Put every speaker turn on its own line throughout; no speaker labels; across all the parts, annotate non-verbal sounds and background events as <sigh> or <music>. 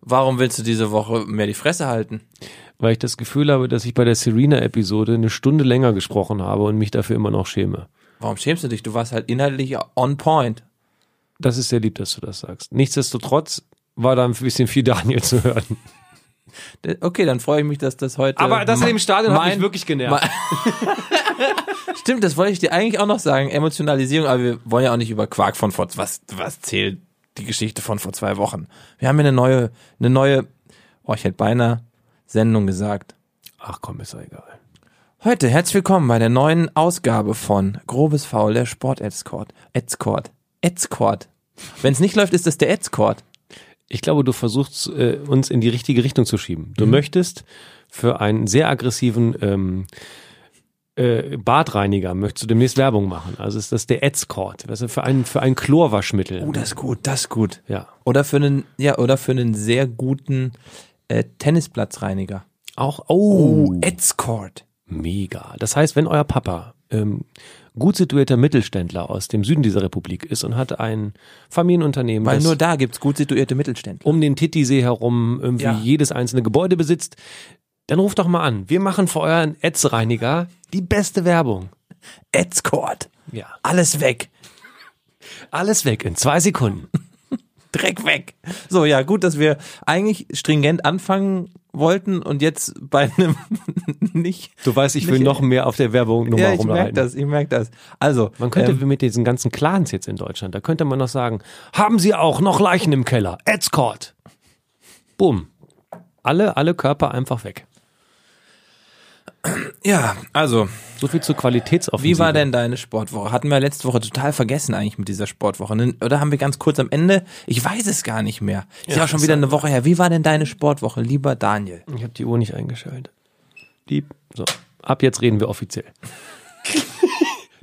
Warum willst du diese Woche mehr die Fresse halten?
weil ich das Gefühl habe, dass ich bei der Serena-Episode eine Stunde länger gesprochen habe und mich dafür immer noch schäme.
Warum schämst du dich? Du warst halt inhaltlich on point.
Das ist sehr lieb, dass du das sagst. Nichtsdestotrotz war da ein bisschen viel Daniel zu hören.
D- Okay, dann freue ich mich, dass das heute. Ma- mein-
genervt.
Stimmt, das wollte ich dir eigentlich auch noch sagen. Emotionalisierung, aber wir wollen ja auch nicht über Quark von vor was was zählt die Geschichte von vor zwei Wochen. Wir haben ja eine neue eine neue oh, ich hätte beinahe Sendung gesagt.
Ach komm, ist ja egal.
Heute herzlich willkommen bei der neuen Ausgabe von Grobes Faul, der Sport Escort. Escort. Escort. Wenn es nicht läuft, ist es der Escort.
Ich glaube, du versuchst äh, uns in die richtige Richtung zu schieben. Du möchtest für einen sehr aggressiven ähm, äh, Badreiniger möchtest du demnächst Werbung machen. Also ist das der Edscord, weißt du, für ein für ein Chlorwaschmittel.
Oh, das ist gut, das ist gut.
ja.
Oder für einen ja, oder für einen sehr guten äh, Tennisplatzreiniger. Uh,
Auch oh,
Escort.
Mega. Das heißt, wenn euer Papa ähm, gut situierter Mittelständler aus dem Süden dieser Republik ist und hat ein Familienunternehmen,
Weil
das
nur da gibt's gut situierte Mittelständler.
um den Titisee herum irgendwie
Ja.
jedes einzelne Gebäude besitzt, dann ruft doch mal an. Wir machen für euren Ätzreiniger die beste Werbung.
Escort.
Ja.
Alles weg.
Alles weg in zwei Sekunden.
Dreck weg. So, ja, gut, dass wir eigentlich stringent anfangen wollten und jetzt bei einem <laughs> nicht.
Du weißt, ich will
Nicht-
noch mehr auf der Werbung Nummer
Ja, ich merke
rumreiten.
das, ich merke das. Also,
Man könnte
ähm,
mit diesen ganzen Clans jetzt in Deutschland, da könnte man noch sagen, haben sie auch noch Leichen im Keller? Escort. Bumm. Alle, alle Körper einfach weg.
ja, also,
So viel zur Qualitätsoffensive.
wie war denn deine Sportwoche? Hatten wir letzte Woche total vergessen eigentlich mit dieser Sportwoche. ne? Oder haben wir ganz kurz am Ende? Ich weiß es gar nicht mehr. Ist ja, auch schon wieder eine Woche her. Wie war denn deine Sportwoche, lieber Daniel?
Ich habe die Uhr nicht eingeschaltet. Die. So. Ab jetzt reden wir offiziell. <laughs>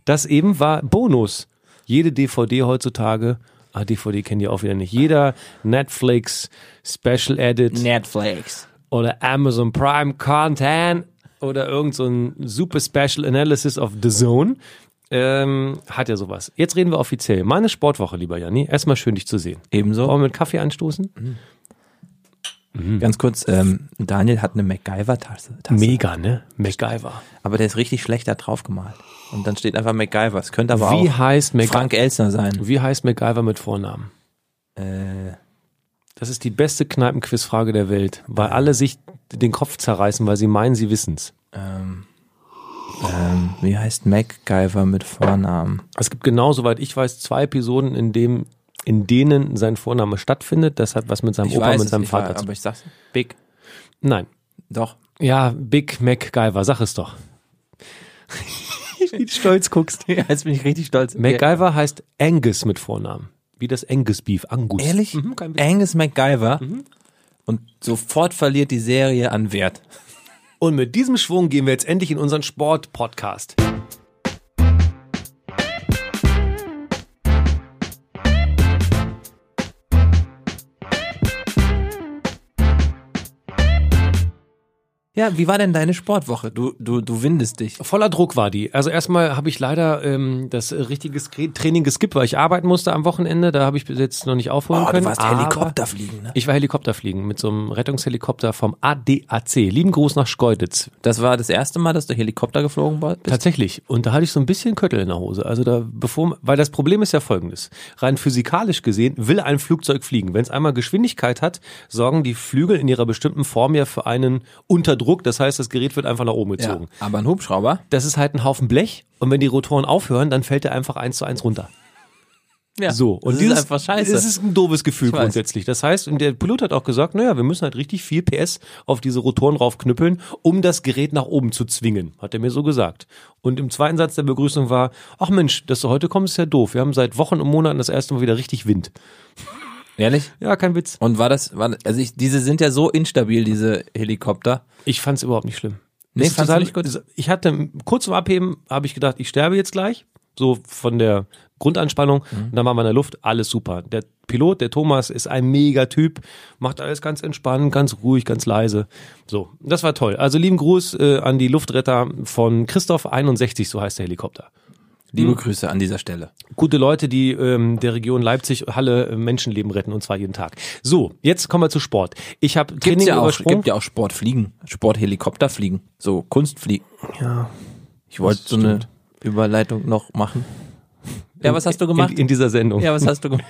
das eben war Bonus. Jede DVD heutzutage, ah, DVD kennen die auch wieder nicht. Jeder Netflix Special Edit
Netflix.
oder Amazon Prime Content oder irgend so ein super Special Analysis of the Zone. Ähm, hat ja sowas. Jetzt reden wir offiziell. Meine Sportwoche, lieber Janni. Erstmal schön, dich zu sehen.
Ebenso.
Wollen wir mit Kaffee anstoßen?
Ganz kurz, ähm, Daniel hat eine MacGyver-Tasse. Tasse.
Mega, ne? MacGyver.
Aber der ist richtig schlecht da drauf gemalt. Und dann steht einfach MacGyver. Es könnte aber
Wie
auch
heißt MacGyver?
Frank Elsner sein.
Wie heißt MacGyver mit Vornamen?
Äh,
Das ist die beste Kneipenquizfrage der Welt, weil alle sich den Kopf zerreißen, weil sie meinen, sie wissen's.
ähm, ähm, wie heißt MacGyver mit Vornamen?
Es gibt genau, soweit ich weiß, zwei Episoden, in, dem, in denen sein Vorname stattfindet. Das hat was mit seinem Opa, mit
es,
seinem
ich weiß,
Vater zu tun.
aber ich sag's. Big.
Nein.
<laughs> Doch.
Ja, Big MacGyver, sag
<laughs>
es doch. Wie du stolz guckst.
Jetzt bin ich richtig stolz.
MacGyver heißt Angus mit Vornamen. Wie das Angus Beef, Angus.
Ehrlich?
Mhm, kein Witz.
Angus MacGyver. Und sofort verliert die Serie an Wert.
Und mit diesem Schwung gehen wir jetzt endlich in unseren Sport-Podcast.
Ja, wie war denn deine Sportwoche? Du, du, du windest dich.
Voller Druck war die. Also erstmal habe ich leider ähm, das äh, richtige Skre- Training geskippt, weil ich arbeiten musste am Wochenende. Da habe ich bis jetzt noch nicht aufholen
Oh,
können. aber
fliegen, ne?
Ich war Helikopterfliegen mit so einem Rettungshelikopter vom ADAC. Lieben Gruß nach Schkeuditz.
Das war das erste Mal, dass du Helikopter geflogen bist?
Tatsächlich. Und da hatte ich so ein bisschen Köttel in der Hose. Also da, bevor, weil das Problem ist ja folgendes. Rein physikalisch gesehen will ein Flugzeug fliegen. Wenn es einmal Geschwindigkeit hat, sorgen die Flügel in ihrer bestimmten Form ja für einen Unterdruck. Das heißt, das Gerät wird einfach nach oben gezogen.
Ja, aber ein Hubschrauber?
das ist halt ein Haufen Blech und wenn die Rotoren aufhören, dann fällt er einfach eins zu eins runter.
Ja.
So. Und
das
dieses-
ist einfach scheiße.
Das ist ein doofes Gefühl
Ich weiß.
grundsätzlich. Das heißt, und der Pilot hat auch gesagt, naja, wir müssen halt richtig viel PS auf diese Rotoren raufknüppeln, um das Gerät nach oben zu zwingen. Hat er mir so gesagt. Und im zweiten Satz der Begrüßung war, ach Mensch, dass du heute kommst, ist ja doof. Wir haben seit Wochen und Monaten das erste Mal wieder richtig Wind.
Ehrlich?
Ja, kein Witz.
Und war das, war, also ich, diese sind ja so instabil, diese Helikopter.
Ich fand's überhaupt nicht schlimm.
Nee,
Ist
fandst du
total-
nicht gut?
Ich hatte kurz zum Abheben habe ich gedacht, ich sterbe jetzt gleich, so von der Grundanspannung.
Mhm.
Und dann waren wir in der Luft, alles super. Der Pilot, der Thomas, ist ein mega Typ, macht alles ganz entspannt, ganz ruhig, ganz leise. So, das war toll. Also lieben Gruß äh, an die Luftretter von Christoph 61, so heißt der Helikopter.
Liebe Grüße an dieser Stelle.
Gute Leute, die ähm, der Region Leipzig, Halle äh, Menschenleben retten und zwar jeden Tag. So, jetzt kommen wir zu Sport. Ich habe
Gibt's
Training
ja auch,
übersprungen.
gibt ja auch Sportfliegen, Sporthelikopterfliegen, so Kunstfliegen.
Ja.
Ich wollte
Das
so eine Überleitung noch machen. Ja, was hast du gemacht?
In, in dieser Sendung.
Ja, was hast du gemacht?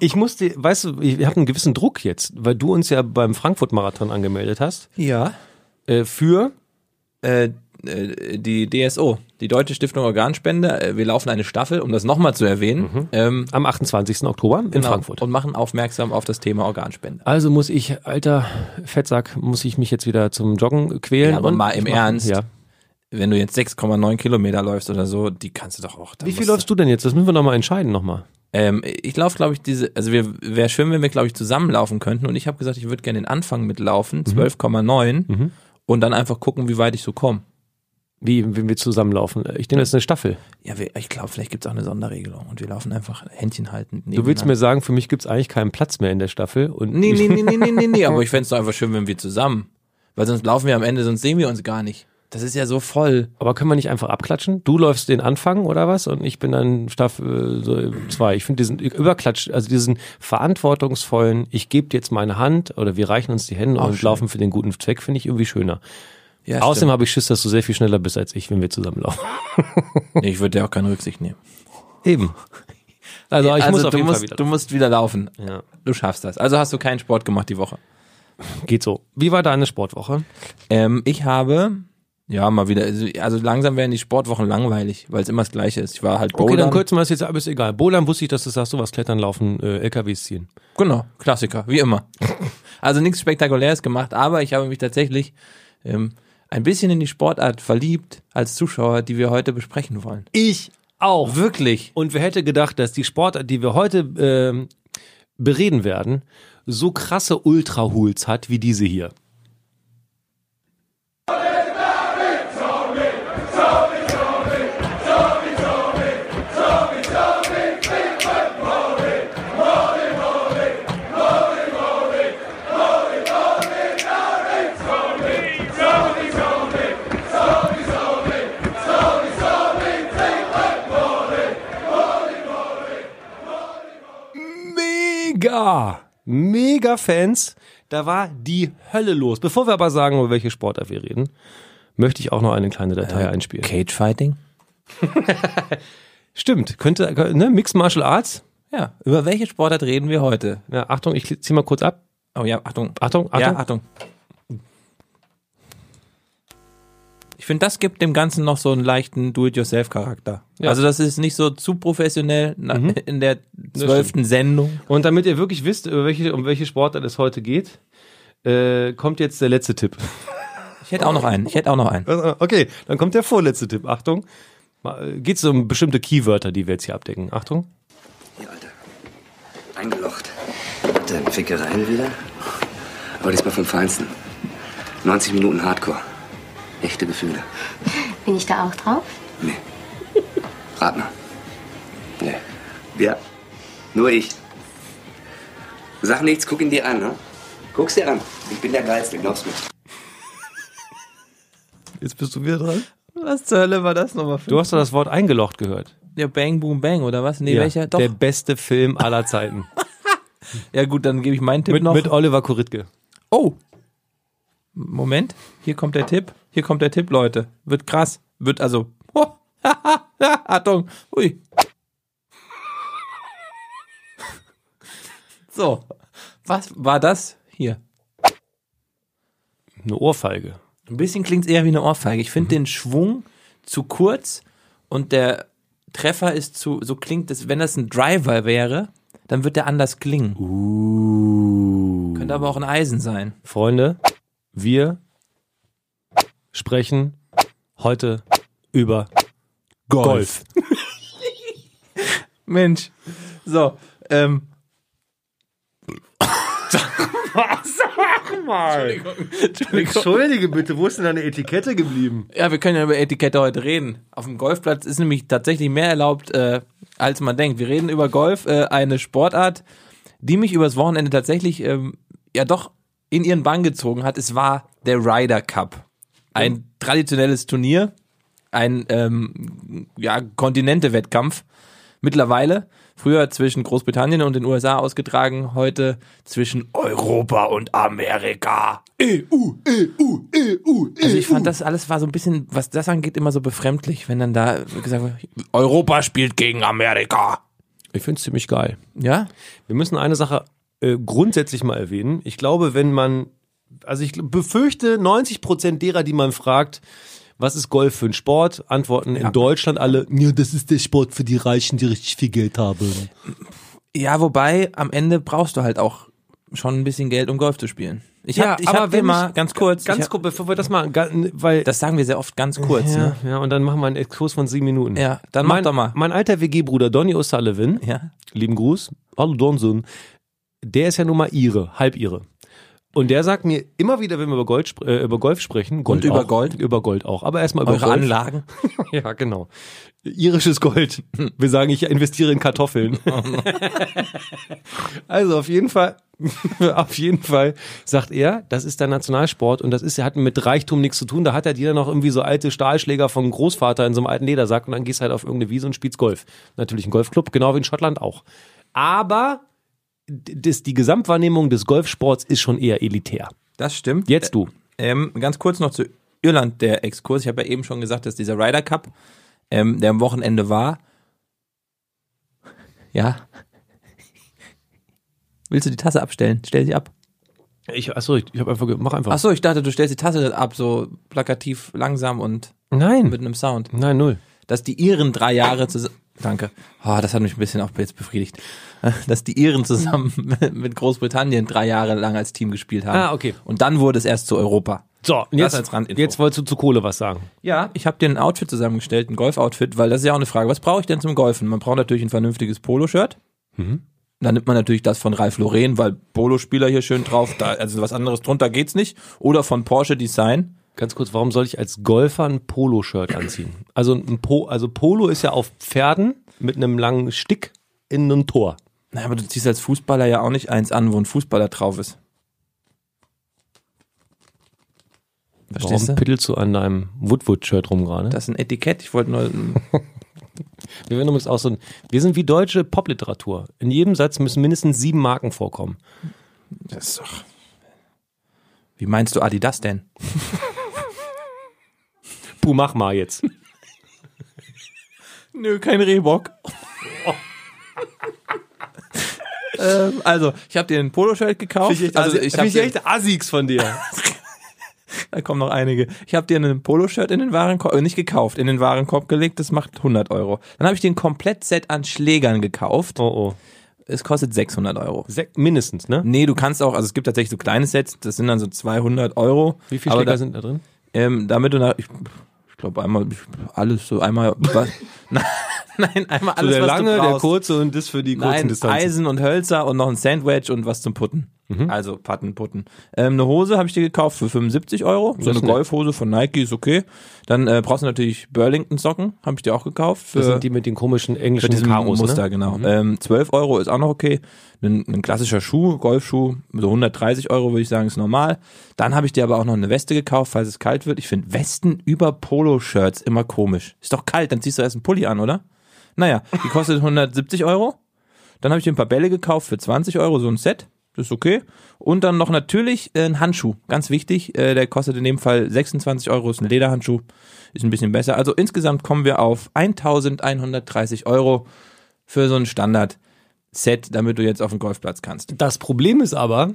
Ich musste, weißt du, ich habe einen gewissen Druck jetzt, weil du uns ja beim Frankfurt-Marathon angemeldet hast.
<laughs> Ja.
Äh, für
Äh, äh, die DSO, die Deutsche Stiftung Organspende, äh, wir laufen eine Staffel, um das nochmal zu erwähnen, ähm,
am 28. Oktober in
genau,
Frankfurt.
und machen aufmerksam auf das Thema Organspende.
Also muss ich, alter Fettsack, muss ich mich jetzt wieder zum Joggen quälen.
Ja, aber
und
mal im
ich mach-
Ernst.
Ja.
Wenn du jetzt 6,9 Kilometer läufst oder so, die kannst du doch auch.
Wie viel läufst du denn jetzt? Das müssen wir nochmal entscheiden nochmal.
Ähm, ich laufe, glaube ich, diese, also wir wäre schön, wenn wir, glaube ich, zusammenlaufen könnten. Und ich habe gesagt, ich würde gerne den Anfang
Mhm.
mitlaufen, 12,9 und dann einfach gucken, wie weit ich so komme.
Wie, wenn wir zusammenlaufen. Ich denke, das ist eine Staffel.
Ja, wir, ich glaube, vielleicht gibt es auch eine Sonderregelung und wir laufen einfach Händchen haltend.
Du willst mir sagen, für mich gibt's eigentlich keinen Platz mehr in der Staffel. Und
Nee, nee, nee, nee, nee, nee, nee, aber ich fänd's doch einfach schön, wenn wir zusammen. Weil sonst laufen wir am Ende, sonst sehen wir uns gar nicht. Das ist ja so voll.
Aber können wir nicht einfach abklatschen? Du läufst den Anfang oder was? Und ich bin dann Staffel äh, so zwei. Ich finde diesen Überklatsch, also diesen verantwortungsvollen, ich gebe dir jetzt meine Hand oder wir reichen uns die Hände
Auch
und
schön.
laufen für den guten Zweck, finde ich irgendwie schöner.
Ja,
Außerdem habe ich Schiss, dass du sehr viel schneller bist als ich, wenn wir zusammenlaufen.
<laughs> stimmt. nee, ich würde dir auch keine Rücksicht nehmen.
Eben. Also ich muss auf
du,
jeden
musst,
Fall wieder.
du musst wieder laufen.
Ja.
Du schaffst das. Also hast du keinen Sport gemacht die Woche.
Geht so. Wie war deine Sportwoche?
Ähm, ich habe, ja, mal wieder, also, also langsam werden die Sportwochen langweilig, weil es immer das Gleiche ist. Ich war halt
Okay, dann
Bouldern.
kürzen wir es jetzt ab, ist egal. Bolan wusste ich, dass du sagst, sowas klettern, laufen, äh, LKWs ziehen.
Genau, Klassiker, wie immer. <laughs> Also nichts Spektakuläres gemacht, aber ich habe mich tatsächlich ähm, ein bisschen in die Sportart verliebt als Zuschauer, die wir heute besprechen wollen.
Ich auch.
Wirklich?
Und wer hätte gedacht, dass die Sportart, die wir heute ähm, bereden werden, so krasse Ultrahools hat wie diese hier. Mega! Mega Fans. Da war die Hölle los. Bevor wir aber sagen, über welche Sportart wir reden, möchte ich auch noch eine kleine Datei
Äh,
einspielen.
Cagefighting?
Stimmt, könnte, ne, Mixed Martial Arts.
Ja, über welche Sportart reden wir heute?
Ja, Achtung, ich zieh mal kurz ab.
Oh ja, Achtung.
Achtung, Achtung.
Ja, Achtung. Ich finde, das gibt dem Ganzen noch so einen leichten Do-it-yourself-Charakter.
Ja.
Also das ist nicht so zu professionell na, <laughs> in der zwölften Sendung.
Und damit ihr wirklich wisst, über welche, um welche Sportart es heute geht, äh, kommt jetzt der letzte Tipp.
Ich hätte auch noch einen, ich hätte auch noch einen.
Okay, dann kommt der vorletzte Tipp. Achtung. Mal, äh, Geht's um bestimmte Keywörter, die wir jetzt hier abdecken. Achtung.
Hier, Alter. Eingelocht. Mit deinen Fickereien wieder. Aber diesmal vom Feinsten. 90 Minuten Hardcore. Echte Gefühle.
Bin ich da auch drauf?
Nee. Rat mal. Nee. Ja. Nur ich. Sag nichts, guck ihn dir an, ne? Guck's dir an. Ich bin der Geilste, glaub's mir.
Jetzt bist du wieder dran.
Was zur Hölle war das nochmal für?
Du hast doch das Wort eingelocht gehört.
Ja, Bang Boom Bang oder was? Nee, welcher? Doch.
Der beste Film aller
<laughs>
Zeiten.
ja gut, dann gebe ich meinen Tipp
mit,
noch.
mit Oliver Kuritke.
oh. Moment, hier kommt der Tipp. Hier kommt der Tipp, Leute. Wird krass. Wird also. Oh. <laughs> Achtung. Ui. <laughs> So. Was war das hier?
Eine Ohrfeige.
Ein bisschen klingt es eher wie eine Ohrfeige. Ich finde den Schwung zu kurz und der Treffer ist zu, so klingt es, wenn das ein Driver wäre, dann wird der anders klingen. Könnte aber auch ein Eisen sein.
Freunde, wir sprechen heute über Golf.
Mensch. So, ähm.
Entschuldige bitte, wo ist denn deine Etikette geblieben?
Ja, wir können ja über Etikette heute reden. Auf dem Golfplatz ist nämlich tatsächlich mehr erlaubt, äh, als man denkt. Wir reden über Golf, äh, eine Sportart, die mich übers Wochenende tatsächlich ähm, ja doch in ihren Bann gezogen hat. Es war der Ryder Cup. Ein traditionelles Turnier, ein ähm, ja, Kontinente-Wettkampf mittlerweile. Früher zwischen Großbritannien und den USA ausgetragen, heute zwischen Europa und Amerika. Also ich fand das alles war so ein bisschen, was das angeht, immer so befremdlich, wenn dann da gesagt wird, Europa spielt gegen Amerika.
Ich finde es ziemlich geil.
Ja?
Wir müssen eine Sache äh, grundsätzlich mal erwähnen. Ich glaube, wenn man, also ich gl- befürchte, 90 Prozent derer, die man fragt, was ist Golf für ein Sport, antworten in Deutschland alle, ja, das ist der Sport für die Reichen, die richtig viel Geld haben.
Ja, wobei am Ende brauchst du halt auch schon ein bisschen Geld, um Golf zu spielen. Ich
Ja,
hab, ich
aber
hab dir
wenn
mal
ich-
ganz kurz, ich
Ganz
hab,
kurz, bevor wir das machen, ga- weil
das sagen wir sehr oft ganz kurz.
ja,
Ne?
ja, und dann machen wir einen Exkurs von sieben Minuten.
Ja, dann mach
mein,
doch mal.
Mein alter WG-Bruder Donny O'Sullivan,
Ja.
lieben Gruß, hallo Donson, der ist ja nun mal Ire, Halbire. Und der sagt mir immer wieder, wenn wir über, Gold, spr- äh, über Golf sprechen, Gold
über
auch,
Gold?
über Gold auch, aber erstmal über
Eure
Golf.
Anlagen.
Ja, genau. Irisches <laughs> Gold. Wir sagen, ich investiere in <laughs> Kartoffeln. also auf jeden Fall, <laughs> auf jeden Fall sagt er, das ist der Nationalsport und das ist, er hat mit Reichtum nichts zu tun. Da hat halt jeder noch irgendwie so alte Stahlschläger vom Großvater in so einem alten Ledersack und dann gehst halt auf irgendeine Wiese und spielst Golf. Natürlich ein Golfclub, genau wie in Schottland auch. Aber d- das, die Gesamtwahrnehmung des Golfsports ist schon eher elitär.
Das stimmt.
Jetzt du.
Ähm, ganz kurz noch zu Irland der Exkurs. Ich habe ja eben schon gesagt, dass dieser Ryder Cup, ähm, der am Wochenende war. <laughs> Ja. Willst du die Tasse abstellen? Stell sie ab.
Ich, achso, ich, ich hab einfach, ge- mach einfach.
Ach so, ich dachte, du stellst die Tasse ab, so plakativ, langsam und
nein.
mit einem Sound.
Nein, null.
Dass die Iren drei Jahre zusammen. Danke. Oh, das hat mich ein bisschen auch jetzt befriedigt. <laughs> Dass die Iren zusammen <laughs> mit Großbritannien drei Jahre lang als Team gespielt haben.
Ah, okay.
Und dann wurde es erst zu Europa.
So, und
Das
jetzt,
als Randinfo.
jetzt wolltest du zu Kohle was sagen.
Ja, ich habe dir ein Outfit zusammengestellt, ein Golfoutfit, weil das ist ja auch eine Frage. Was brauche ich denn zum Golfen? Man braucht natürlich ein vernünftiges Poloshirt. Mhm. Dann nimmt man natürlich das von Ralf Lauren, weil Polospieler hier schön drauf, da, also was anderes drunter geht's nicht. Oder von Porsche Design.
Ganz kurz, warum soll ich als Golfer ein Poloshirt anziehen? Also ein po also Polo ist ja auf Pferden mit einem langen Stick in einem Tor.
Na, aber du ziehst als Fußballer ja auch nicht eins an, wo ein Fußballer drauf ist. Verstehst
warum
du?
pittelst du an deinem Woodwood-Shirt rum gerade?
Das ist ein Etikett. Ich wollte nur.
Wir werden übrigens auch so ein, wir sind wie deutsche Popliteratur. In jedem Satz müssen mindestens sieben Marken vorkommen.
Das ist doch. Wie meinst du Adidas denn?
Puh, mach mal <laughs> jetzt.
Nö, kein Rehbock. ähm, also, ich habe dir ein Poloshirt gekauft. also, ich habe dir,
Asics von dir.
da kommen noch einige. Ich habe dir ein Poloshirt in den Warenkorb, äh, nicht gekauft, in den Warenkorb gelegt. Das macht 100 Euro. Dann habe ich dir ein Komplettset an Schlägern gekauft.
<laughs> Oh, oh.
Es kostet 600 Euro.
Se mindestens, ne?
Nee, du kannst auch, also es gibt tatsächlich so kleine Sets, das sind dann so 200 Euro.
Wie viele
Aber
Schläger
da-
sind da drin?
Ähm, damit du nach, ich, ich glaube einmal ich, alles so einmal was, <laughs> nein einmal alles was du brauchst.
kurze und das für die
nein Eisen und Hölzer und noch ein Sandwich und was zum Putten. Also Patten, Putten. Ähm, eine Hose habe ich dir gekauft für 75 Euro. So eine
ist nett.
Golfhose von Nike ist okay. Dann äh, brauchst du natürlich Burlington Socken, habe ich dir auch gekauft. Für,
Das sind die mit den komischen englischen
mit diesem
Karos,
Muster,
ne?
genau. Ähm, 12 Euro ist auch noch okay. Ein, ein klassischer Schuh, Golfschuh, so 130 Euro würde ich sagen, ist normal. Dann habe ich dir aber auch noch eine Weste gekauft, falls es kalt wird. Ich finde Westen über Poloshirts immer komisch. Ist doch kalt, dann ziehst du erst einen Pulli an, oder? Naja, die
<laughs>
kostet 170 Euro. Dann habe ich dir ein paar Bälle gekauft für 20 Euro, so ein Set. Das ist okay. Und dann noch natürlich äh, ein Handschuh. Ganz wichtig, äh, der kostet in dem Fall 26 Euro, ist ein Lederhandschuh. Ist ein bisschen besser. Also insgesamt kommen wir auf 1130 Euro für so ein Standard-Set, damit du jetzt auf den Golfplatz kannst.
Das Problem ist aber,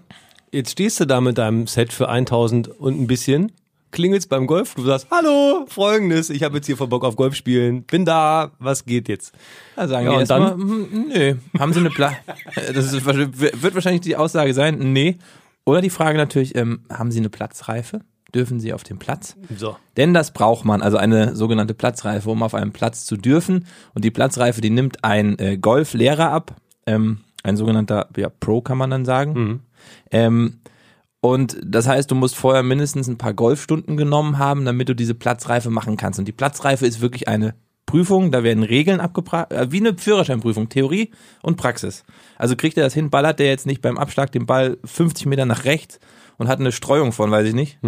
jetzt stehst du da mit deinem Set für 1000 und ein bisschen, klingelst beim Golf, du sagst, hallo, folgendes, ich habe jetzt hier voll Bock auf Golf spielen, bin da, was geht jetzt?
Da sagen
Ja,
die
und
erst mal, "Hm, nö, haben sie eine <laughs> Pla Äh, Das ist, wahrscheinlich- wird wahrscheinlich die Aussage sein, nee. Oder die Frage natürlich, ähm, haben sie eine Platzreife? Dürfen sie auf dem Platz?
So.
Denn das braucht man, also eine sogenannte Platzreife, um auf einem Platz zu dürfen. Und die Platzreife, die nimmt ein äh, Golflehrer ab, ähm, ein sogenannter ja, Pro kann man dann sagen. Ähm, und das heißt, du musst vorher mindestens ein paar Golfstunden genommen haben, damit du diese Platzreife machen kannst. Und die Platzreife ist wirklich eine Prüfung, da werden Regeln abgebracht, äh, wie eine Führerscheinprüfung, Theorie und Praxis. Also kriegt er das hin, ballert der jetzt nicht beim Abschlag den Ball 50 Meter nach rechts und hat eine Streuung von, weiß ich nicht,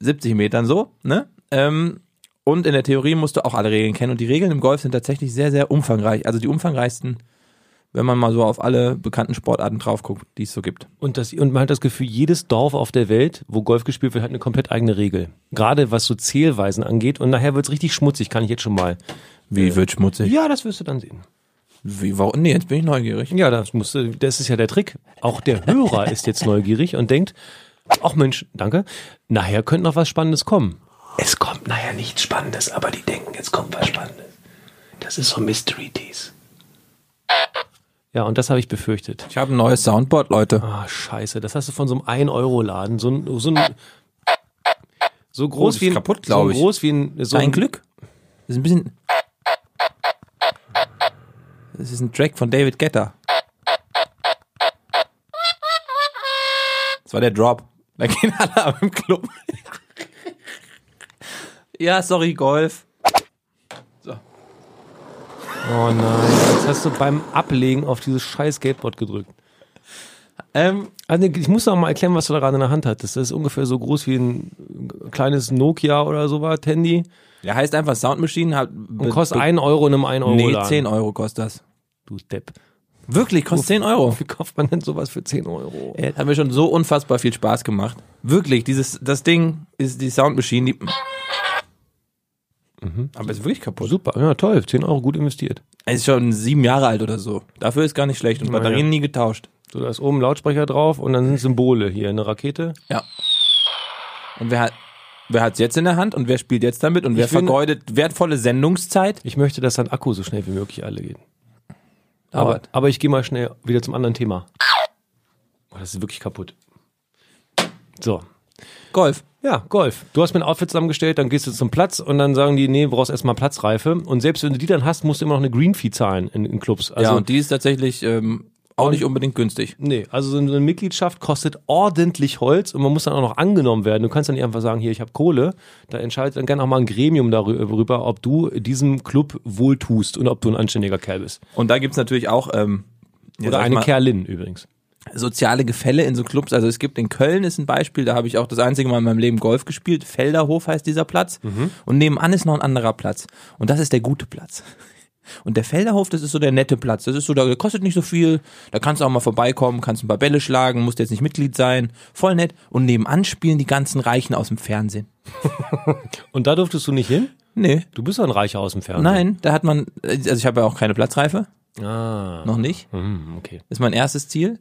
70 Metern so, ne? Ähm, Und in der Theorie musst du auch alle Regeln kennen. Und die Regeln im Golf sind tatsächlich sehr, sehr umfangreich. Also die umfangreichsten, wenn man mal so auf alle bekannten Sportarten drauf guckt, die es so gibt.
Und, das, und man hat das Gefühl, jedes Dorf auf der Welt, wo Golf gespielt wird, hat eine komplett eigene Regel. Gerade was so Zählweisen angeht. Und nachher wird's richtig schmutzig, kann ich jetzt schon mal.
Wie wird schmutzig?
Ja, das wirst du dann sehen.
Wie, warum? Nee, jetzt bin ich neugierig.
Ja, das, musst du, das ist ja der Trick. Auch der <laughs> Hörer ist jetzt neugierig und denkt, ach Mensch, danke, nachher könnte noch was Spannendes kommen. Es kommt nachher nichts Spannendes, aber die denken, jetzt kommt was Spannendes. Das ist so Mystery Tease. Ja, und das habe ich befürchtet.
Ich habe ein neues Soundboard, Leute.
Ah, scheiße, das hast du von so einem 1-Euro-Laden. So ein, so ein, so groß
ist
wie ein,
kaputt,
so
glaub ich.
groß wie ein, so
Dein Glück. Das ist ein bisschen. Das ist ein Track von David Getter. Das war der Drop. Da gehen alle ab im Club. ja, sorry, Golf.
Oh nein, das hast du beim Ablegen auf dieses scheiß Skateboard gedrückt.
Ähm,
Also ich muss noch mal erklären, was du da gerade in der Hand hattest. Das ist ungefähr so groß wie ein kleines Nokia oder sowas, Handy.
der heißt einfach Sound Machine. Hat
Und kostet 1 Euro in einem 1 Euro
Nee,
Laden.
10 Euro kostet das.
Du Depp.
Wirklich, kostet 10 Euro.
Wie kauft man denn sowas für 10 Euro?
Ey, Hat mir schon so unfassbar viel Spaß gemacht. Wirklich, dieses, das Ding ist die Sound Machine, die. Mhm. Aber ist wirklich kaputt.
Super, ja toll, 10 Euro gut investiert.
Es Ist schon sieben Jahre alt oder so. Dafür ist gar nicht schlecht. Und Batterien nie getauscht.
So, da ist oben ein Lautsprecher drauf und dann sind Symbole hier, eine Rakete.
Ja. Und wer hat wer hat's jetzt in der Hand und wer spielt jetzt damit und wer
Ich finde-
vergeudet wertvolle Sendungszeit?
Ich möchte, dass dein Akku so schnell wie möglich alle geht. Aber,
Dauert.
aber ich gehe mal schnell wieder zum anderen Thema. Oh, das ist wirklich kaputt. So,
Golf.
Ja, Golf. Du hast mir ein Outfit zusammengestellt, dann gehst du zum Platz und dann sagen die, nee, du brauchst erstmal Platzreife. Und selbst wenn du die dann hast, musst du immer noch eine Green Fee zahlen in, in Clubs. Also,
ja, und die ist tatsächlich ähm, auch nicht unbedingt günstig.
nee, also so eine Mitgliedschaft kostet ordentlich Holz und man muss dann auch noch angenommen werden. Du kannst dann nicht einfach sagen, hier, ich habe Kohle. Da entscheidet dann gerne auch mal ein Gremium darüber, ob du diesem Club wohltust und ob du ein anständiger Kerl bist.
Und da gibt's natürlich auch ähm, ja,
Oder
sag ich
eine
mal,
Kerlin übrigens.
soziale Gefälle in so Clubs. Also es gibt in Köln ist ein Beispiel, da habe ich auch das einzige Mal in meinem Leben Golf gespielt. Felderhof heißt dieser Platz. Und nebenan ist noch ein anderer Platz. Und das ist der gute Platz. <laughs> Und der Felderhof, das ist so der nette Platz. Das ist so, da kostet nicht so viel. Da kannst du auch mal vorbeikommen, kannst ein paar Bälle schlagen, musst jetzt nicht Mitglied sein. Voll nett. Und nebenan spielen die ganzen Reichen aus dem Fernsehen.
Und da durftest du nicht hin?
Nee.
Du bist doch ein Reicher aus dem Fernsehen.
Nein, da hat man, also ich habe ja auch keine Platzreife,
Ah,
noch nicht.
hm, okay.
ist mein erstes Ziel.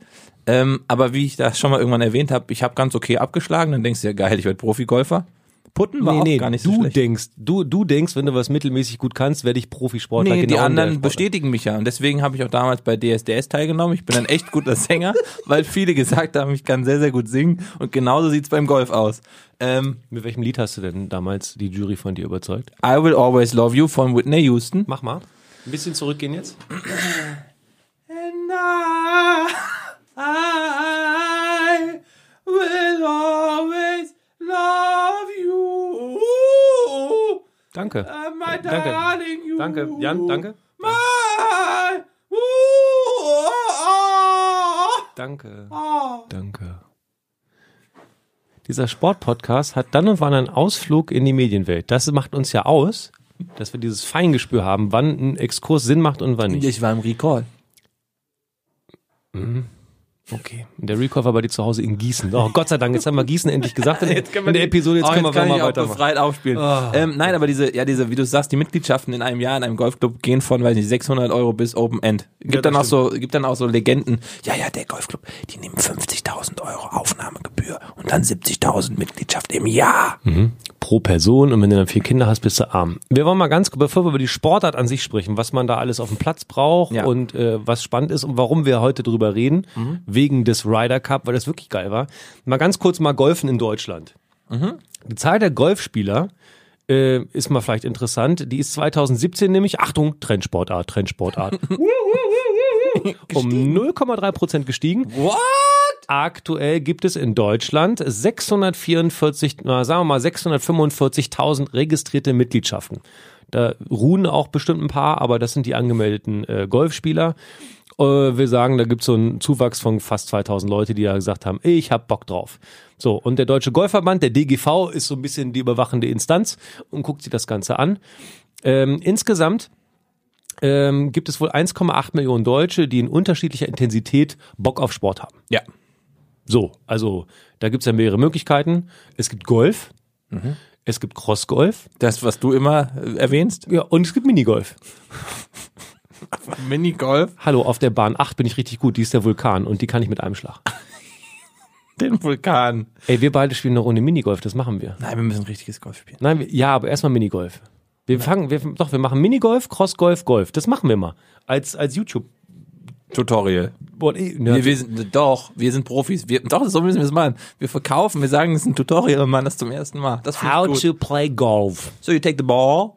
Ähm, aber wie ich das schon mal irgendwann erwähnt habe, ich habe ganz okay abgeschlagen. Dann denkst du ja, geil, ich werde Profigolfer. Putten war
Nee,
auch
nee,
gar nicht
du
so schlecht.
denkst, du, du denkst, wenn du was mittelmäßig gut kannst, werde ich Profisportler.
Nee,
genau
die
in der
anderen
Sportart.
bestätigen mich ja. Und deswegen habe ich auch damals bei DSDS teilgenommen. Ich bin ein echt guter <laughs> Sänger, weil viele gesagt haben, ich kann sehr, sehr gut singen. Und genauso sieht's beim Golf aus. Ähm,
Mit welchem Lied hast du denn damals die Jury von dir überzeugt?
I Will Always Love You von Whitney Houston.
Mach mal. Ein bisschen zurückgehen jetzt.
And I, I will always love you.
Danke.
Uh, my
Danke.
darling, you.
Danke. Jan, danke.
My. Ooh, oh, oh,
Danke.
oh.
Danke. Dieser Sportpodcast hat dann und wann einen Ausflug in die Medienwelt. Das macht uns ja aus, dass wir dieses Feingespür haben, wann ein Exkurs Sinn macht und wann nicht.
Ich war im Recall.
Okay. Der Recall war bei dir zu Hause in Gießen. Oh, Gott sei Dank, jetzt haben wir Gießen endlich gesagt in, jetzt in der Episode. Jetzt
Oh,
können wir
kann
mal
ich auch
weitermachen. Oh.
befreit aufspielen. Ähm, nein, aber diese, ja, diese, wie du sagst, die Mitgliedschaften in einem Jahr in einem Golfclub gehen von, weiß nicht, 600 Euro bis Open End. Gibt
Ja, das
dann auch so, gibt dann auch so Legenden. Ja, ja, der Golfclub, die nehmen 50.000 Euro Aufnahmegebühr und dann 70.000 Mitgliedschaft im Jahr.
Hm. pro Person und wenn du dann vier Kinder hast, bist du arm. Wir wollen mal ganz, bevor wir über die Sportart an sich sprechen, was man da alles auf dem Platz braucht
Ja.
und äh, was spannend ist und warum wir heute drüber reden, wegen des Ryder Cup, weil das wirklich geil war. Mal ganz kurz mal Golfen in Deutschland. Die Zahl der Golfspieler äh, ist mal vielleicht interessant. Die ist 2017 nämlich, Achtung, Trendsportart, Trendsportart, um 0,3 Prozent gestiegen.
What?
Aktuell gibt es in Deutschland 644, na, sagen wir mal 645.000 registrierte Mitgliedschaften. Da ruhen auch bestimmt ein paar, aber das sind die angemeldeten äh, Golfspieler. Äh, wir sagen, da gibt es so einen Zuwachs von fast 2000 Leute, die da gesagt haben, ich hab Bock drauf. So, und der Deutsche Golfverband, der DGV, ist so ein bisschen die überwachende Instanz und guckt sich das Ganze an. Ähm, insgesamt ähm, gibt es wohl 1,8 Millionen Deutsche, die in unterschiedlicher Intensität Bock auf Sport haben.
Ja.
So, also da gibt es ja mehrere Möglichkeiten. Es gibt Golf, Mhm. es gibt Crossgolf
Das, was du immer äh, erwähnst.
ja, und es gibt Minigolf.
Minigolf.
Hallo, auf der Bahn 8 bin ich richtig gut, die ist der Vulkan und die kann ich mit einem Schlag.
Den Vulkan.
Ey, wir beide spielen eine Runde Minigolf, das machen wir.
Nein, wir müssen richtiges Golf spielen.
Nein, wir, ja, aber erstmal Minigolf. Wir fangen, wir, doch, wir machen Minigolf, Crossgolf, Golf. Das machen wir mal. Als, als YouTube.
Tutorial.
Boah, eh, ne,
Wir, wir sind, doch, wir sind Profis. Wir, doch, so müssen wir es machen. Wir verkaufen, wir sagen, es ist ein Tutorial und machen das zum ersten Mal. Das finde ich
How
gut.
to play golf.
So you take the ball,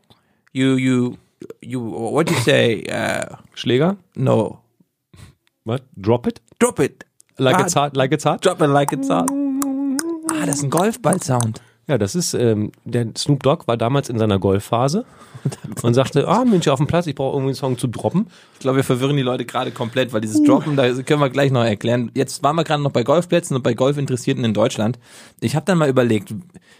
you you you what do you say? Uh,
Schläger?
no,
What? Drop it?
drop it.
Like
ah,
it's hard, like it's hard.
Drop it like it's hot. Ah, das ist ein Golfball-Sound.
Ja, das ist, ähm, der Snoop Dogg war damals in seiner <laughs> Golfphase und sagte, ah, Mensch, auf dem Platz, ich brauche irgendwie einen Song zu droppen.
Ich glaube, wir verwirren die Leute gerade komplett, weil dieses Droppen, da können wir gleich noch erklären. Jetzt waren wir gerade noch bei Golfplätzen und bei Golfinteressierten in Deutschland. Ich habe dann mal überlegt,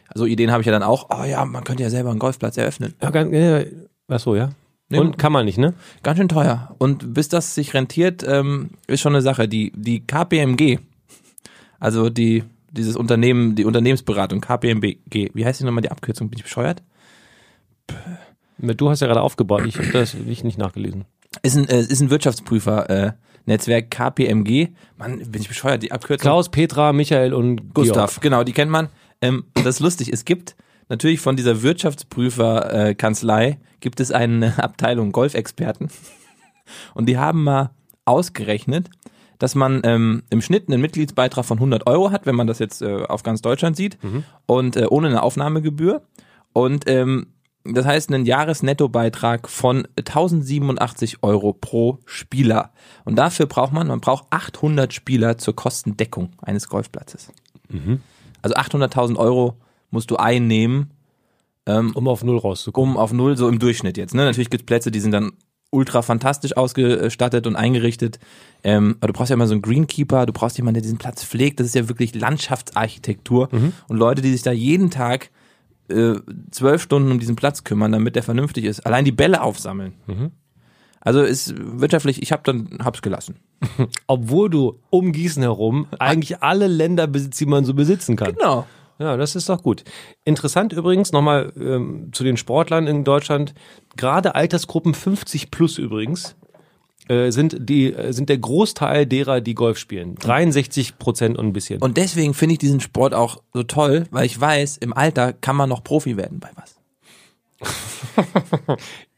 also Ideen habe ich ja dann auch, oh ja, man könnte ja selber einen Golfplatz eröffnen.
Ja, ganz, äh, ach so, ja. Und kann man nicht, ne?
Ganz schön teuer. Und bis das sich rentiert, ähm, ist schon eine Sache. Die, die KPMG, also die, dieses Unternehmen, die Unternehmensberatung, KPMG, wie heißt die nochmal die Abkürzung? Bin ich bescheuert?
Du hast ja gerade aufgebaut, ich habe das ich nicht nachgelesen.
Ist ein, äh, ist ein Wirtschaftsprüfer, äh, Netzwerk KPMG. Mann, bin ich bescheuert, die Abkürzung.
Klaus, Petra, Michael und
Gustav, genau, die kennt man. Ähm, und das ist lustig, es gibt natürlich von dieser Wirtschaftsprüferkanzlei äh, Kanzlei gibt es eine Abteilung Golfexperten. <laughs> Und die haben mal ausgerechnet, dass man ähm, im Schnitt einen Mitgliedsbeitrag von 100 Euro hat, wenn man das jetzt äh, auf ganz Deutschland sieht, und äh, ohne eine Aufnahmegebühr. Und ähm, das heißt einen Jahresnettobeitrag von 1087 Euro pro Spieler. Und dafür braucht man, man braucht 800 Spieler zur Kostendeckung eines Golfplatzes. Also 800.000 Euro musst du einnehmen,
Georg, um auf Null rauszukommen.
um auf Null, so im Durchschnitt jetzt. Ne? Natürlich gibt's Plätze, die sind dann ultra fantastisch ausgestattet und eingerichtet. Ähm, aber du brauchst ja immer so einen Greenkeeper, du brauchst jemanden, der diesen Platz pflegt. Das ist ja wirklich Landschaftsarchitektur. Und Leute, die sich da jeden Tag äh, zwölf Stunden um diesen Platz kümmern, damit der vernünftig ist. Allein die Bälle aufsammeln. Also ist wirtschaftlich, ich habe dann hab's gelassen.
Obwohl du um Gießen herum eigentlich alle Länder besitzt, die man so besitzen kann.
Genau.
Ja, das ist doch gut. Interessant übrigens nochmal ähm, zu den Sportlern in Deutschland. Gerade Altersgruppen 50 plus übrigens äh, sind die äh, sind der Großteil derer, die Golf spielen. 63 Prozent und ein bisschen.
Und deswegen finde ich diesen Sport auch so toll, weil ich weiß, im Alter kann man noch Profi werden bei was.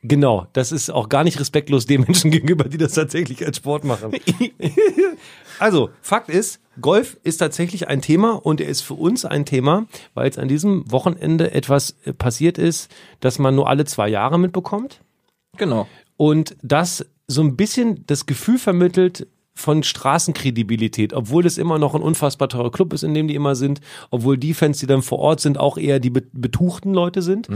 genau, das ist auch gar nicht respektlos den Menschen <laughs> gegenüber, die das tatsächlich als Sport machen. also Fakt ist, Golf ist tatsächlich ein Thema und er ist für uns ein Thema, weil jetzt an diesem Wochenende etwas äh, passiert ist, das man nur alle zwei Jahre mitbekommt.
Genau.
und das so ein bisschen das Gefühl vermittelt von Straßenkredibilität, obwohl es immer noch ein unfassbar teurer Club ist, in dem die immer sind, obwohl die Fans, die dann vor Ort sind, auch eher die be- betuchten Leute sind.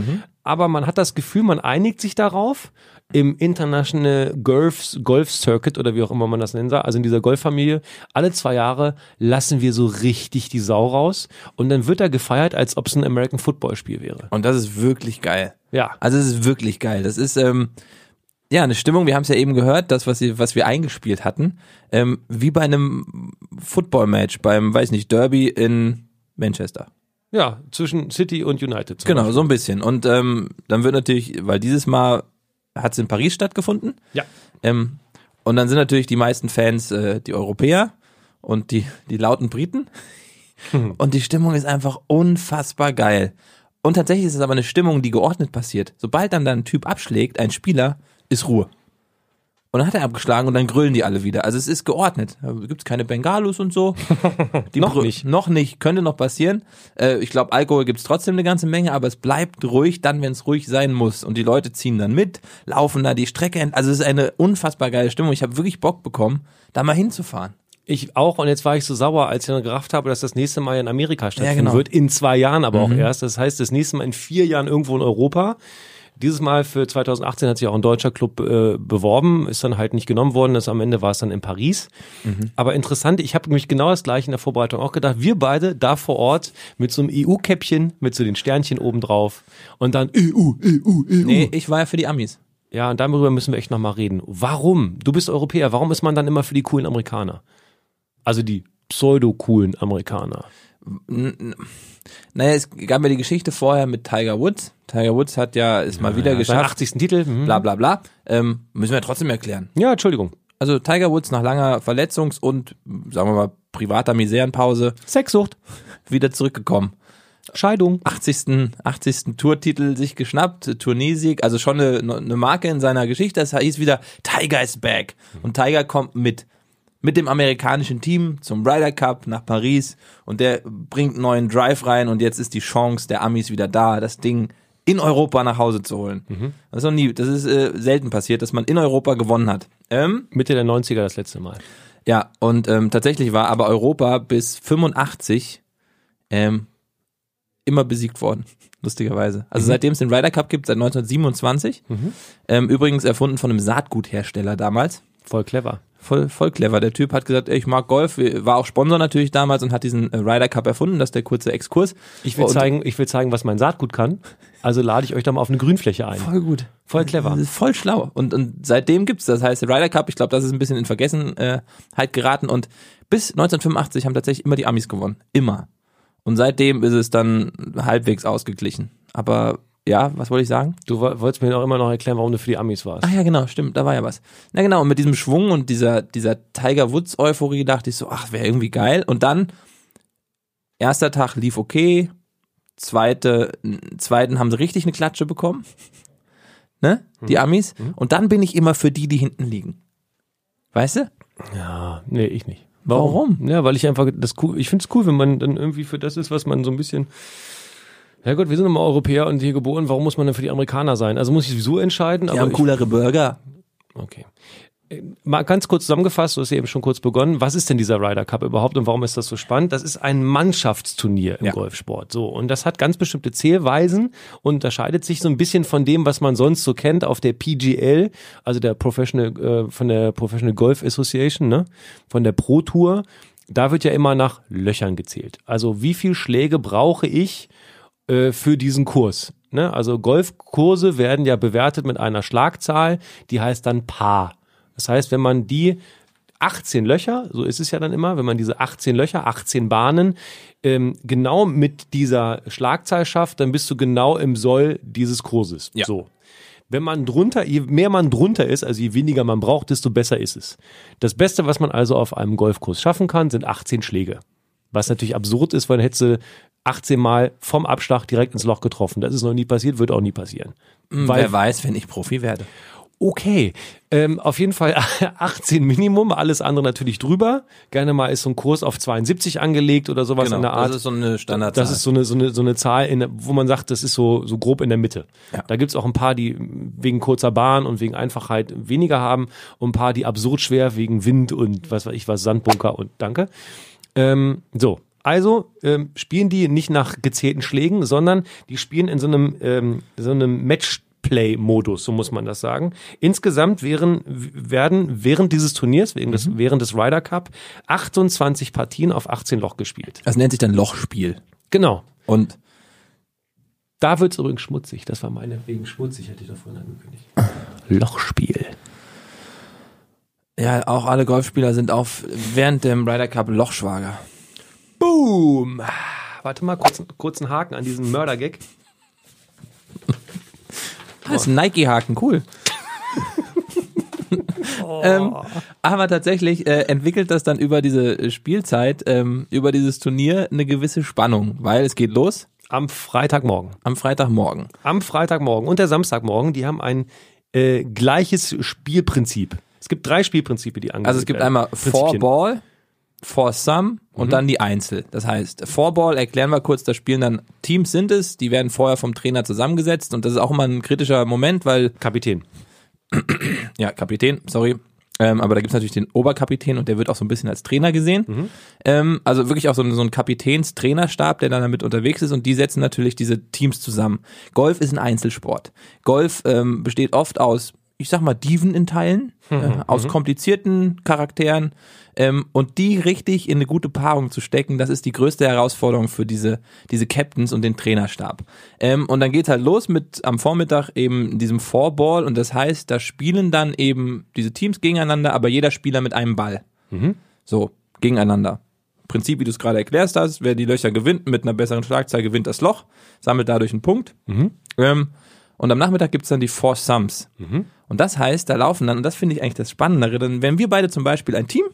Aber man hat das Gefühl, man einigt sich darauf im International Golf, Golf Circuit oder wie auch immer man das nennen soll, also in dieser Golffamilie, alle zwei Jahre lassen wir so richtig die Sau raus und dann wird da gefeiert, als ob es ein American Football Spiel wäre.
Und das ist wirklich geil.
Ja.
Also es ist wirklich geil. Das ist ähm, ja eine Stimmung. Wir haben es ja eben gehört, das was wir, was wir eingespielt hatten, ähm, wie bei einem Football-Match, beim weiß nicht Derby in Manchester.
Ja, zwischen City und United. zum
Genau, so ein bisschen. Und ähm, dann wird natürlich, weil dieses Mal hat es in Paris stattgefunden.
Ja.
Ähm, und dann sind natürlich die meisten Fans äh, die Europäer und die, die lauten Briten. Und die Stimmung ist einfach unfassbar geil. Und tatsächlich ist es aber eine Stimmung, die geordnet passiert. Sobald dann da ein Typ abschlägt, ein Spieler, ist Ruhe. Und dann hat er abgeschlagen und dann grölen die alle wieder. Also es ist geordnet. Da gibt's keine Bengalos und so. Die
Noch
brü-
nicht.
Noch nicht. Könnte noch passieren. Äh, ich glaube, Alkohol gibt's trotzdem eine ganze Menge, aber es bleibt ruhig dann, wenn's ruhig sein muss. Und die Leute ziehen dann mit, laufen da die Strecke. ent- Also es ist eine unfassbar geile Stimmung. Ich habe wirklich Bock bekommen, da mal hinzufahren.
Ich auch, und jetzt war ich so sauer, als ich dann gerafft habe, dass das nächste Mal in Amerika stattfinden
genau.
wird. In zwei Jahren aber auch erst. Das heißt, das nächste Mal in vier Jahren irgendwo in Europa. Dieses Mal für 2018 hat sich auch ein deutscher Club äh, beworben, ist dann halt nicht genommen worden. Das am Ende war es dann in Paris.
Mhm.
Aber interessant, ich habe mich genau das gleiche in der Vorbereitung auch gedacht. Wir beide da vor Ort mit so einem EU-Käppchen, mit so den Sternchen oben drauf und dann E EU, EU, EU.
Nee, ich war ja für die Amis.
Ja, und darüber müssen wir echt nochmal reden. Warum? Du bist Europäer, warum ist man dann immer für die coolen Amerikaner? Also die pseudo-coolen Amerikaner.
Naja, es gab ja die Geschichte vorher mit Tiger Woods. Tiger Woods hat ja es mal wieder
Ja, seinen
geschafft.
80. Titel. mhm.
Bla bla bla. Ähm, müssen wir trotzdem erklären.
Ja, Entschuldigung.
Also Tiger Woods nach langer Verletzungs- und, sagen wir mal, privater Miserenpause
Sexsucht,
wieder zurückgekommen.
Scheidung.
80. 80. Tourtitel sich geschnappt, Turniersieg, also schon eine, eine Marke in seiner Geschichte. Es hieß wieder, Tiger is back. Und Tiger kommt mit. Mit dem amerikanischen Team zum Ryder Cup nach Paris und der bringt einen neuen Drive rein und jetzt ist die Chance der Amis wieder da, das Ding in Europa nach Hause zu holen. Das ist noch nie, das ist äh, selten passiert, dass man in Europa gewonnen hat. Ähm,
Mitte der 90er das letzte Mal.
ja, und ähm, tatsächlich war aber Europa bis 85 ähm, immer besiegt worden, <laughs> lustigerweise.
Mhm.
Also seitdem es den Ryder Cup gibt, seit 1927. Ähm, übrigens erfunden von einem Saatguthersteller damals.
Voll clever.
Voll, voll clever. Der Typ hat gesagt, ey, ich mag Golf, war auch Sponsor natürlich damals und hat diesen äh, Ryder Cup erfunden, das ist der kurze Exkurs.
Ich will,
Und-
zeigen, ich will zeigen, was mein Saatgut kann. Also lade ich euch da mal auf eine Grünfläche ein.
Voll gut.
Voll clever.
Das ist voll schlau. Und, und seitdem gibt's das. heißt, der Ryder Cup, ich glaube, das ist ein bisschen in Vergessenheit äh, halt geraten. Und bis 1985 haben tatsächlich immer die Amis gewonnen. Immer. Und seitdem ist es dann halbwegs ausgeglichen. Aber ja, was wollte ich sagen?
Du woll- wolltest mir auch immer noch erklären, warum du für die Amis warst.
Ach ja, genau, stimmt, da war ja was. Na genau, und mit diesem Schwung und dieser, dieser Tiger Woods Euphorie dachte ich so, ach, wäre irgendwie geil. Und dann, erster Tag lief okay, zweite, n- zweiten haben sie richtig eine Klatsche bekommen, ne, die Amis. Und dann bin ich immer für die, die hinten liegen. Weißt du?
Ja, nee, ich nicht.
Warum?
Ja, weil ich einfach das cool, ich finde es cool, wenn man dann irgendwie für das ist, was man so ein bisschen ja Gott, wir sind immer Europäer und hier geboren, warum muss man denn für die Amerikaner sein? Also muss ich sowieso entscheiden,
Die
aber
haben
ich,
coolere Burger.
Okay. Äh, Mal ganz kurz zusammengefasst, du hast ja eben schon kurz begonnen. Was ist denn dieser Ryder Cup überhaupt und warum ist das so spannend? Das ist ein Mannschaftsturnier im
Ja.
Golfsport. So. Und das hat ganz bestimmte Zählweisen und unterscheidet sich so ein bisschen von dem, was man sonst so kennt auf der PGL, also der Professional, äh, von der Professional Golf Association, ne? Von der Pro Tour. Da wird ja immer nach Löchern gezählt. Also wie viel Schläge brauche ich, äh, für diesen Kurs. Ne? Also Golfkurse werden ja bewertet mit einer Schlagzahl, die heißt dann Paar. Das heißt, wenn man die 18 Löcher, so ist es ja dann immer, wenn man diese 18 Löcher, 18 Bahnen ähm, genau mit dieser Schlagzahl schafft, dann bist du genau im Soll dieses Kurses.
Ja.
So. Wenn man drunter, je mehr man drunter ist, also je weniger man braucht, desto besser ist es. Das Beste, was man also auf einem Golfkurs schaffen kann, sind 18 Schläge. Was natürlich absurd ist, weil dann hättest du 18 Mal vom Abschlag direkt ins Loch getroffen. Das ist noch nie passiert, wird auch nie passieren.
Hm, Wer weiß, wenn ich Profi werde.
Okay, ähm, auf jeden Fall <laughs> 18 Minimum, alles andere natürlich drüber. Gerne mal ist so ein Kurs auf 72 angelegt oder sowas in der Art.
Genau, das ist so eine Standardzahl.
Das ist so eine, so eine, so eine Zahl, in, der- wo man sagt, das ist so, so grob in der Mitte.
Ja.
Da gibt's auch ein paar, die wegen kurzer Bahn und wegen Einfachheit weniger haben und ein paar, die absurd schwer wegen Wind und was weiß ich was, Sandbunker und danke. Ähm, so, also ähm, spielen die nicht nach gezählten Schlägen, sondern die spielen in so einem, ähm, so einem Matchplay-Modus, so muss man das sagen. Insgesamt wären, werden während dieses Turniers, während des, während des Ryder Cup, 28 Partien auf 18 Loch gespielt.
das nennt sich dann Lochspiel.
Genau.
Und
Da wird's übrigens schmutzig. Das war meine wegen schmutzig, hätte ich da vorhin angekündigt. Lochspiel.
ja, auch alle Golfspieler sind auf während dem Ryder Cup Lochschwager.
Boom. Warte mal, kurz, kurzen Haken an diesen Mördergag.
Das ist ein Nike-Haken, cool. <laughs> ähm, aber tatsächlich äh, entwickelt das dann über diese äh, Spielzeit, ähm, über dieses Turnier eine gewisse Spannung, weil es geht los
Am Freitagmorgen.
am Freitagmorgen.
Am Freitagmorgen und der Samstagmorgen, die haben ein äh, gleiches Spielprinzip. Es gibt drei Spielprinzipien, die angelegt
Also es gibt
werden.
einmal Four
Äh, Prinzipien.
Ball, Four Sum und dann die Einzel. Das heißt, Four Ball erklären wir kurz, da spielen dann Teams sind es, die werden vorher vom Trainer zusammengesetzt und das ist auch immer ein kritischer Moment, weil
Kapitän.
ja, Kapitän, sorry. Ähm, aber da gibt's natürlich den Oberkapitän und der wird auch so ein bisschen als Trainer gesehen. Ähm, also wirklich auch so ein, so ein Kapitänstrainerstab, der dann damit unterwegs ist und die setzen natürlich diese Teams zusammen. Golf ist ein Einzelsport. Golf ähm, besteht oft aus, ich sag mal, Diven in Teilen, äh, aus komplizierten Charakteren ähm, und die richtig in eine gute Paarung zu stecken, das ist die größte Herausforderung für diese, diese Captains und den Trainerstab. Ähm, und dann geht's halt los mit am Vormittag eben diesem Four-Ball und das heißt, da spielen dann eben diese Teams gegeneinander, aber jeder Spieler mit einem Ball. So, gegeneinander. Prinzip, wie du es gerade erklärst hast, wer die Löcher gewinnt mit einer besseren Schlagzahl, gewinnt das Loch, sammelt dadurch einen Punkt. Ähm, und am Nachmittag gibt's dann die Four Sums. Und das heißt, da laufen dann, und das finde ich eigentlich das Spannendere, dann wären wir beide zum Beispiel ein Team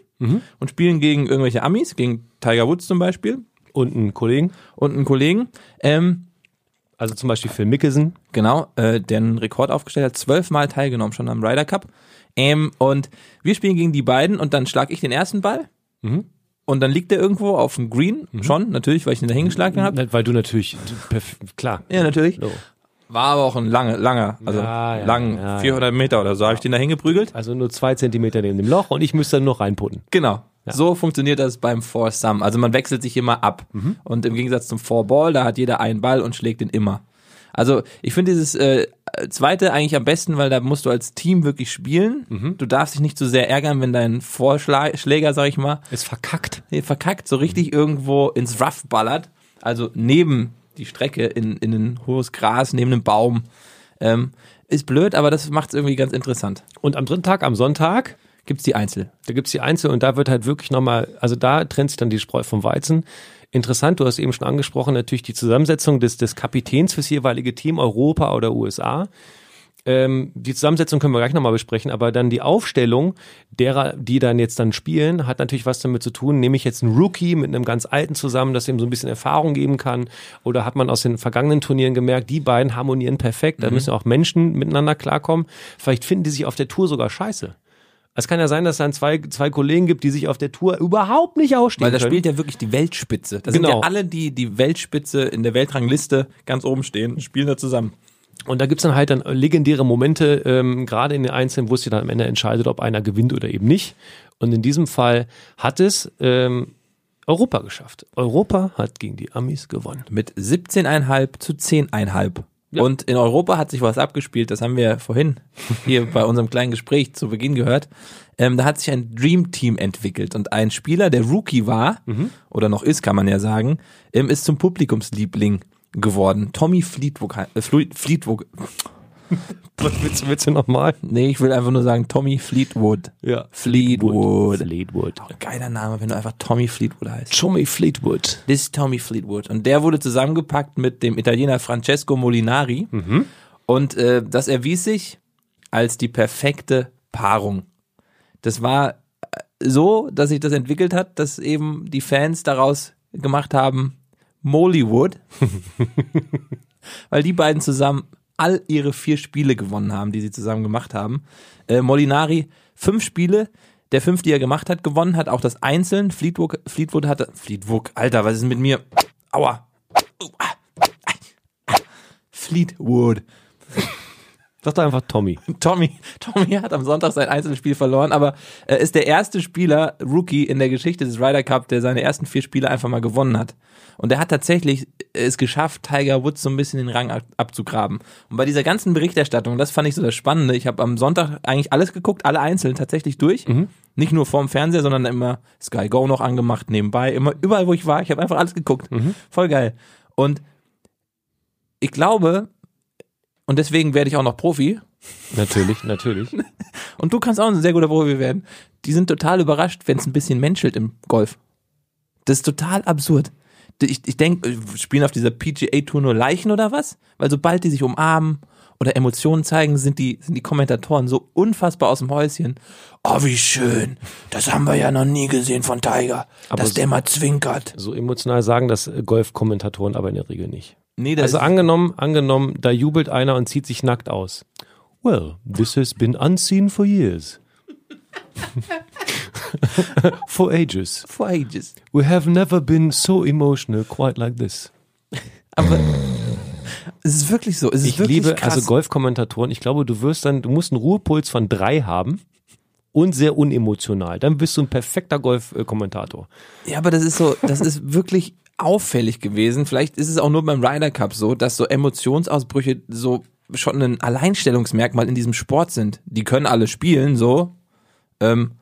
und spielen gegen irgendwelche Amis, gegen Tiger Woods zum Beispiel
Und einen Kollegen,
und einen Kollegen, ähm,
also zum Beispiel Phil Mickelson.
genau, äh, der einen Rekord aufgestellt hat, zwölfmal teilgenommen schon am Ryder Cup. Ähm, und wir spielen gegen die beiden und dann schlage ich den ersten Ball
Mhm.
und dann liegt der irgendwo auf dem Green, schon, natürlich, weil ich ihn da hingeschlagen habe.
Na, Weil du natürlich, du- perf- klar.
Ja, natürlich.
So.
War aber auch ein langer, langer, also
Ja, ja,
lang,
ja, ja.
400 Meter oder so, habe ich den da hingeprügelt.
Also nur zwei Zentimeter neben dem Loch und ich müsste dann noch reinputten.
Genau. So funktioniert das beim Four Sum. Also man wechselt sich immer ab. Und im Gegensatz zum Four Ball, da hat jeder einen Ball und schlägt den immer. Also ich finde dieses äh, zweite eigentlich am besten, weil da musst du als Team wirklich spielen. Du darfst dich nicht zu sehr ärgern, wenn dein Vorschläger, sag ich mal,
Ist verkackt.
nee, verkackt, so richtig irgendwo ins Rough ballert, also neben die Strecke, in, in ein hohes Gras, neben einem Baum. Ähm, ist blöd, aber das macht es irgendwie ganz interessant.
Und am dritten Tag, am Sonntag,
Gibt's die Einzel.
Da gibt's die Einzel und da wird halt wirklich nochmal, also da trennt sich dann die Spreu vom Weizen. Interessant, du hast eben schon angesprochen, natürlich die Zusammensetzung des, des Kapitäns fürs jeweilige Team, Europa oder USA. Ähm, die Zusammensetzung können wir gleich nochmal besprechen, aber dann die Aufstellung derer, die dann jetzt dann spielen, hat natürlich was damit zu tun. Nehme ich jetzt einen Rookie mit einem ganz alten zusammen, das ihm so ein bisschen Erfahrung geben kann? Oder hat man aus den vergangenen Turnieren gemerkt, die beiden harmonieren perfekt, da müssen auch Menschen miteinander klarkommen. Vielleicht finden die sich auf der Tour sogar scheiße. Es kann ja sein, dass es dann zwei, zwei Kollegen gibt, die sich auf der Tour überhaupt nicht ausstehen
Weil da
können.
spielt ja wirklich die Weltspitze. Da sind ja
Genau.
alle, die die Weltspitze in der Weltrangliste ganz oben stehen, spielen da zusammen.
Und da gibt's dann halt dann legendäre Momente, ähm, gerade in den Einzelnen, wo es sich dann am Ende entscheidet, ob einer gewinnt oder eben nicht. Und in diesem Fall hat es ähm, Europa geschafft. Europa hat gegen die Amis gewonnen. <laughs>
Mit 17,5 zu 10,5. Und in Europa hat sich was abgespielt, das haben wir vorhin <laughs> hier bei unserem kleinen Gespräch zu Beginn gehört. Ähm, da hat sich ein Dream Team entwickelt und ein Spieler, der Rookie war,
Mhm.
oder noch ist, kann man ja sagen, ähm, ist zum Publikumsliebling geworden. Tommy Fleetwood, äh, Fleet- Fleetwood.
Willst, du- willst du nochmal?
Nee, ich will einfach nur sagen Tommy Fleetwood.
Ja.
Fleetwood.
Fleetwood.
Geiler Name, wenn du einfach Tommy Fleetwood heißt.
Tommy Fleetwood.
This Tommy Fleetwood. Und der wurde zusammengepackt mit dem Italiener Francesco Molinari. Und äh, das erwies sich als die perfekte Paarung. Das war äh, so, dass sich das entwickelt hat, dass eben die Fans daraus gemacht haben, Mollywood, weil die beiden zusammen all ihre vier Spiele gewonnen haben, die sie zusammen gemacht haben. Äh, Molinari fünf Spiele, der fünf, die er gemacht hat, gewonnen hat, auch das Einzeln. Fleetwood, Fleetwood hatte, Fleetwood, Alter, was ist mit mir? Aua. ah, Fleetwood.
Sag doch einfach Tommy.
Tommy, Tommy hat am Sonntag sein Einzelspiel verloren, aber er ist der erste Spieler, Rookie in der Geschichte des Ryder Cup, der seine ersten vier Spiele einfach mal gewonnen hat. Und er hat tatsächlich es geschafft, Tiger Woods so ein bisschen den Rang ab- abzugraben. Und bei dieser ganzen Berichterstattung, das fand ich so das Spannende, ich habe am Sonntag eigentlich alles geguckt, alle einzeln tatsächlich durch. Nicht nur vorm Fernseher, sondern immer Sky Go noch angemacht, nebenbei, immer überall, wo ich war, ich habe einfach alles geguckt. Voll geil. Und ich glaube, und deswegen werde ich auch noch Profi,
Natürlich, natürlich.
und du kannst auch ein sehr guter Profi werden. Die sind total überrascht, wenn es ein bisschen menschelt im Golf. Das ist total absurd. Ich, ich denke, spielen auf dieser PGA-Tour nur Leichen oder was? Weil sobald die sich umarmen oder Emotionen zeigen, sind die, sind die Kommentatoren so unfassbar aus dem Häuschen. Oh, wie schön. Das haben wir ja noch nie gesehen von Tiger. dass
so-
der mal zwinkert.
So emotional sagen das äh, Golf-Kommentatoren aber in der Regel nicht.
Nee, das
Also angenommen, angenommen, da jubelt einer und zieht sich nackt aus. Well, this has been unseen for years. <laughs> for ages.
for ages.
We have never been so emotional quite like this.
Aber es ist wirklich so. Es ist
Ich
wirklich
liebe
krass.
also Golfkommentatoren. Ich glaube, du wirst dann, du musst einen Ruhepuls von drei haben. und sehr unemotional. Dann bist du ein perfekter Golf-Kommentator.
Ja, aber das ist so, das <laughs> ist wirklich auffällig gewesen. Vielleicht ist es auch nur beim Ryder Cup so, dass so Emotionsausbrüche so schon ein Alleinstellungsmerkmal in diesem Sport sind. Die können alle spielen, so. Ähm,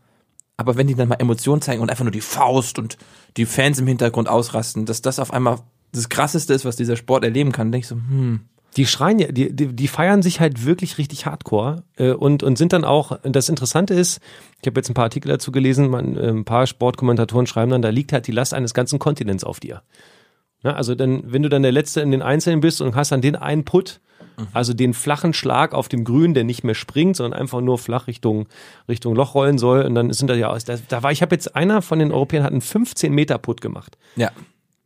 aber wenn die dann mal Emotionen zeigen und einfach nur die Faust und die Fans im Hintergrund ausrasten, dass das auf einmal das Krasseste ist, was dieser Sport erleben kann, denke ich so, hm.
Die schreien ja, die, die, die feiern sich halt wirklich richtig hardcore äh, und, und sind dann auch, das Interessante ist, ich habe jetzt ein paar Artikel dazu gelesen, man, äh, ein paar Sportkommentatoren schreiben dann, da liegt halt die Last eines ganzen Kontinents auf dir. Na, also dann, wenn du dann der Letzte in den Einzelnen bist und hast dann den einen Put, also den flachen Schlag auf dem Grün, der nicht mehr springt, sondern einfach nur flach Richtung, Richtung Loch rollen soll und dann sind da ja, da, da war, ich habe jetzt, einer von den Europäern hat einen 15-Meter-Put gemacht.
Ja.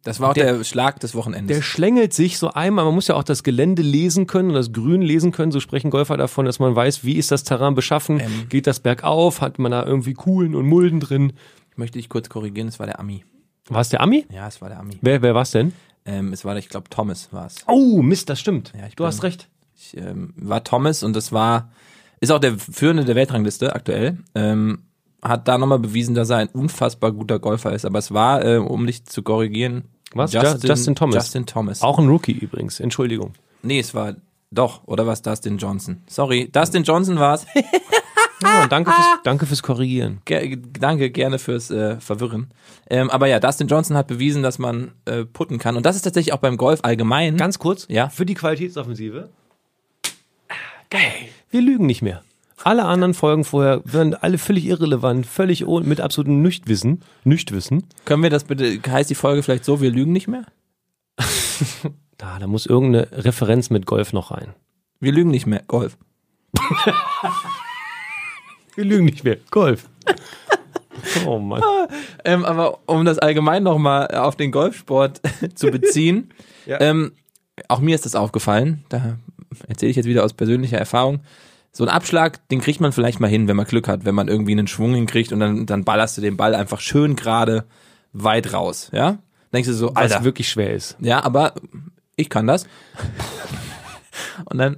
Das war auch der, Schlag des Wochenendes.
Der schlängelt sich so einmal. Man muss ja auch das Gelände lesen können und das Grün lesen können. So sprechen Golfer davon, dass man weiß, wie ist das Terrain beschaffen?
Ähm.
Geht das bergauf? Hat man da irgendwie Kuhlen und Mulden drin?
Möchte ich kurz korrigieren, es war der Ami.
War es der Ami?
Ja, es war der Ami.
Wer, wer war es denn?
Ähm, es war, der- ich glaube, Thomas war es.
Oh, Mist, das stimmt.
Ja, ich
du
bin-
hast recht.
Ich, ähm, war Thomas und das war, ist auch der Führende der Weltrangliste aktuell. Ähm, hat da nochmal bewiesen, dass er ein unfassbar guter Golfer ist. Aber es war, äh, um dich zu korrigieren,
Was? Ju- Justin Thomas.
Justin Thomas.
Auch ein Rookie übrigens, Entschuldigung.
Nee, es war doch, oder was? Dustin Johnson. Sorry, Dustin Johnson
<laughs>
war's.
Ja, danke, fürs, danke fürs Korrigieren.
Ge danke gerne fürs äh, Verwirren. Ähm, aber ja, Dustin Johnson hat bewiesen, dass man äh, putten kann. Und das ist tatsächlich auch beim Golf allgemein.
Ganz kurz,
Ja.
für die Qualitätsoffensive. Geil. Wir lügen nicht mehr. Alle anderen Folgen vorher werden alle völlig irrelevant, völlig ohne, mit absolutem Nichtwissen. Nichtwissen.
Können wir das bitte, heißt die Folge vielleicht so, wir lügen nicht mehr?
Da, da muss irgendeine Referenz mit Golf noch rein.
Wir lügen nicht mehr, Golf.
Wir lügen nicht mehr. Golf. <laughs> Oh Mann.
Ähm, aber um das allgemein nochmal auf den Golfsport <laughs> zu beziehen,
<laughs> Ja.
ähm, auch mir ist das aufgefallen, da erzähle ich jetzt wieder aus persönlicher Erfahrung. So ein Abschlag, den kriegt man vielleicht mal hin, wenn man Glück hat, wenn man irgendwie einen Schwung hinkriegt und dann, dann ballerst du den Ball einfach schön gerade weit raus, ja? Denkst du so, Alter,
Was wirklich schwer ist.
Ja, aber ich kann
<laughs>
das. Und dann.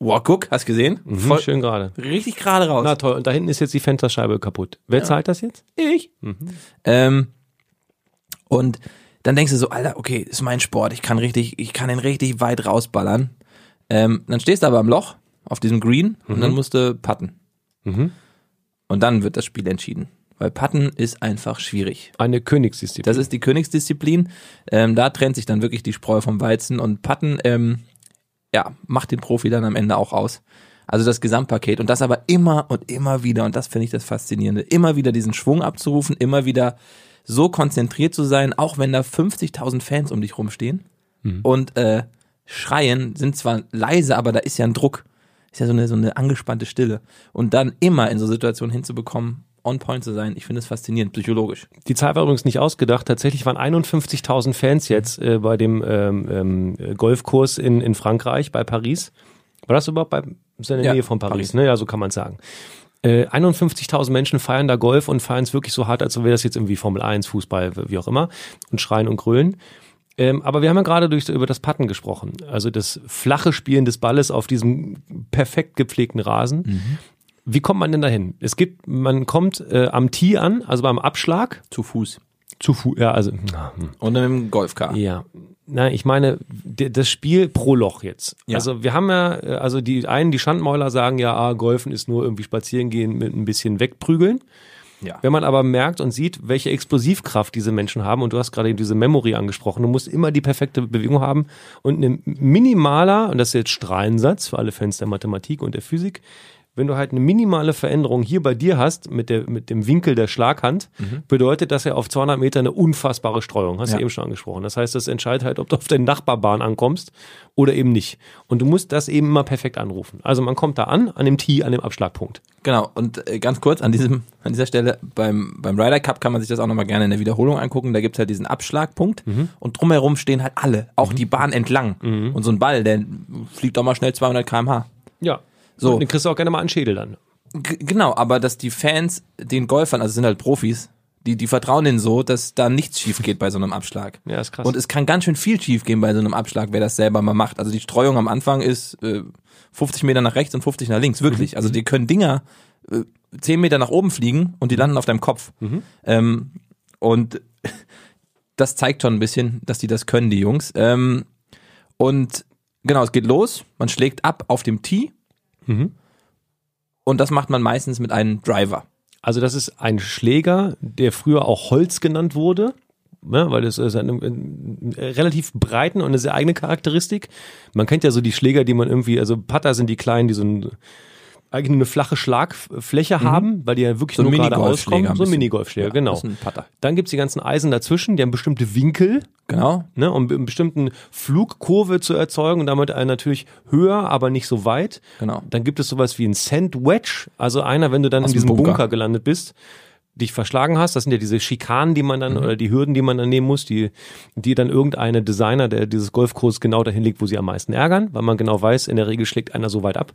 Wow, guck, hast gesehen?
Voll schön gerade.
Richtig gerade raus.
Mhm. Na toll, und da hinten ist jetzt die Fensterscheibe kaputt. Wer zahlt das jetzt?
ich. Ähm, und dann denkst du so, Alter, okay, ist mein Sport, ich kann richtig, ich kann den richtig weit rausballern. Ähm, dann stehst du aber am Loch, auf diesem Green, und dann musst du putten.
Mhm.
Und dann wird das Spiel entschieden. Weil putten ist einfach schwierig.
Eine Königsdisziplin.
Das ist die Königsdisziplin. Ähm, da trennt sich dann wirklich die Spreu vom Weizen und Patten, ähm, ja, macht den Profi dann am Ende auch aus. Also das Gesamtpaket und das aber immer und immer wieder und das finde ich das Faszinierende, immer wieder diesen Schwung abzurufen, immer wieder so konzentriert zu sein, auch wenn da 50.000 Fans um dich rumstehen und äh, schreien, sind zwar leise, aber da ist ja ein Druck, ist ja so eine, so eine angespannte Stille und dann immer in so Situationen hinzubekommen, on point zu sein, ich finde es faszinierend, psychologisch.
Die Zahl war übrigens nicht ausgedacht. Tatsächlich waren 51.000 Fans jetzt äh, bei dem ähm, ähm, äh, Golfkurs in, in Frankreich, bei Paris. War das überhaupt bei, ist ja in der
Ja,
Nähe von Paris,
Paris.
ne? Ja, so kann man sagen. Äh, 51.000 Menschen feiern da Golf und feiern es wirklich so hart, als wäre das jetzt irgendwie Formel 1, Fußball, wie auch immer. Und schreien und grölen. Ähm, aber wir haben ja gerade durch, über das Patten gesprochen. Also das flache Spielen des Balles auf diesem perfekt gepflegten Rasen.
Mhm.
Wie kommt man denn dahin? Es gibt, man kommt äh, am Tee an, also beim Abschlag
Zu Fuß.
zu Fu ja, also,
Und dann mit dem Golfcar.
ja. Nein, ich meine, d- das Spiel pro Loch jetzt.
Ja.
Also wir haben ja, äh, also die einen, die Schandmäuler sagen ja, ah, Golfen ist nur irgendwie spazieren gehen mit ein bisschen wegprügeln.
Ja.
Wenn man aber merkt und sieht, welche Explosivkraft diese Menschen haben, und du hast gerade eben diese Memory angesprochen, du musst immer die perfekte Bewegung haben und ein minimaler, und das ist jetzt Strahlensatz für alle Fans der Mathematik und der Physik, wenn du halt eine minimale Veränderung hier bei dir hast, mit, der, mit dem Winkel der Schlaghand, bedeutet das ja auf 200 Meter eine unfassbare Streuung, hast
Ja.
du eben schon angesprochen. Das heißt, das entscheidet halt, ob du auf den Nachbarbahn ankommst oder eben nicht. Und du musst das eben immer perfekt anrufen. Also man kommt da an, an dem Tee, an dem Abschlagpunkt.
Genau, und äh, ganz kurz an, diesem, an dieser Stelle, beim, beim Ryder Cup kann man sich das auch nochmal gerne in der Wiederholung angucken. Da gibt es halt diesen Abschlagpunkt und drumherum stehen halt alle, auch die Bahn entlang. Und so ein Ball, der fliegt doch mal schnell 200 km/h.
Ja.
So.
Und den kriegst du auch gerne mal an den Schädel dann.
G genau, aber dass die Fans den Golfern, also es sind halt Profis, die, die vertrauen denen so, dass da nichts schief geht bei so einem Abschlag.
Ja, ist krass.
Und es kann ganz schön viel schief gehen bei so einem Abschlag, wer das selber mal macht.
Mhm.
Also die Streuung am Anfang ist äh, 50 Meter nach rechts und 50 nach links, wirklich. Also die können Dinger äh, zehn Meter nach oben fliegen und die landen auf deinem Kopf.
Mhm.
Ähm, und <laughs> das zeigt schon ein bisschen, dass die das können, die Jungs. Ähm, und genau, es geht los. Man schlägt ab auf dem Tee.
Mhm.
Und das macht man meistens mit einem Driver.
Also das ist ein Schläger, der früher auch Holz genannt wurde, ne, weil das ist eine, äh, relativ breiten und eine sehr eigene Charakteristik. Man kennt ja so die Schläger, die man irgendwie, also Putter sind die kleinen, die so ein, eigentlich nur eine flache Schlagfläche haben, weil die ja wirklich
Mhm. So ein
nur gerade
Minigolfschläger
auskommen.
ein
So ein
bisschen.
Minigolfschläger,
Ja,
genau.
das ist ein Putter.
Dann gibt's die ganzen Eisen dazwischen, die haben bestimmte Winkel,
Genau.
ne, um einen bestimmten Flugkurve zu erzeugen und damit einen natürlich höher, aber nicht so weit.
Genau.
Dann gibt es sowas wie ein Sandwedge, also einer, wenn du dann
Aus
in
dem
diesem Bunker.
Bunker
gelandet bist, dich verschlagen hast, das sind ja diese Schikanen, die man dann
Mhm.
oder die Hürden, die man dann nehmen muss, die die dann irgendeine Designer der dieses Golfkurs genau dahin legt, wo sie am meisten ärgern, weil man genau weiß, in der Regel schlägt einer so weit ab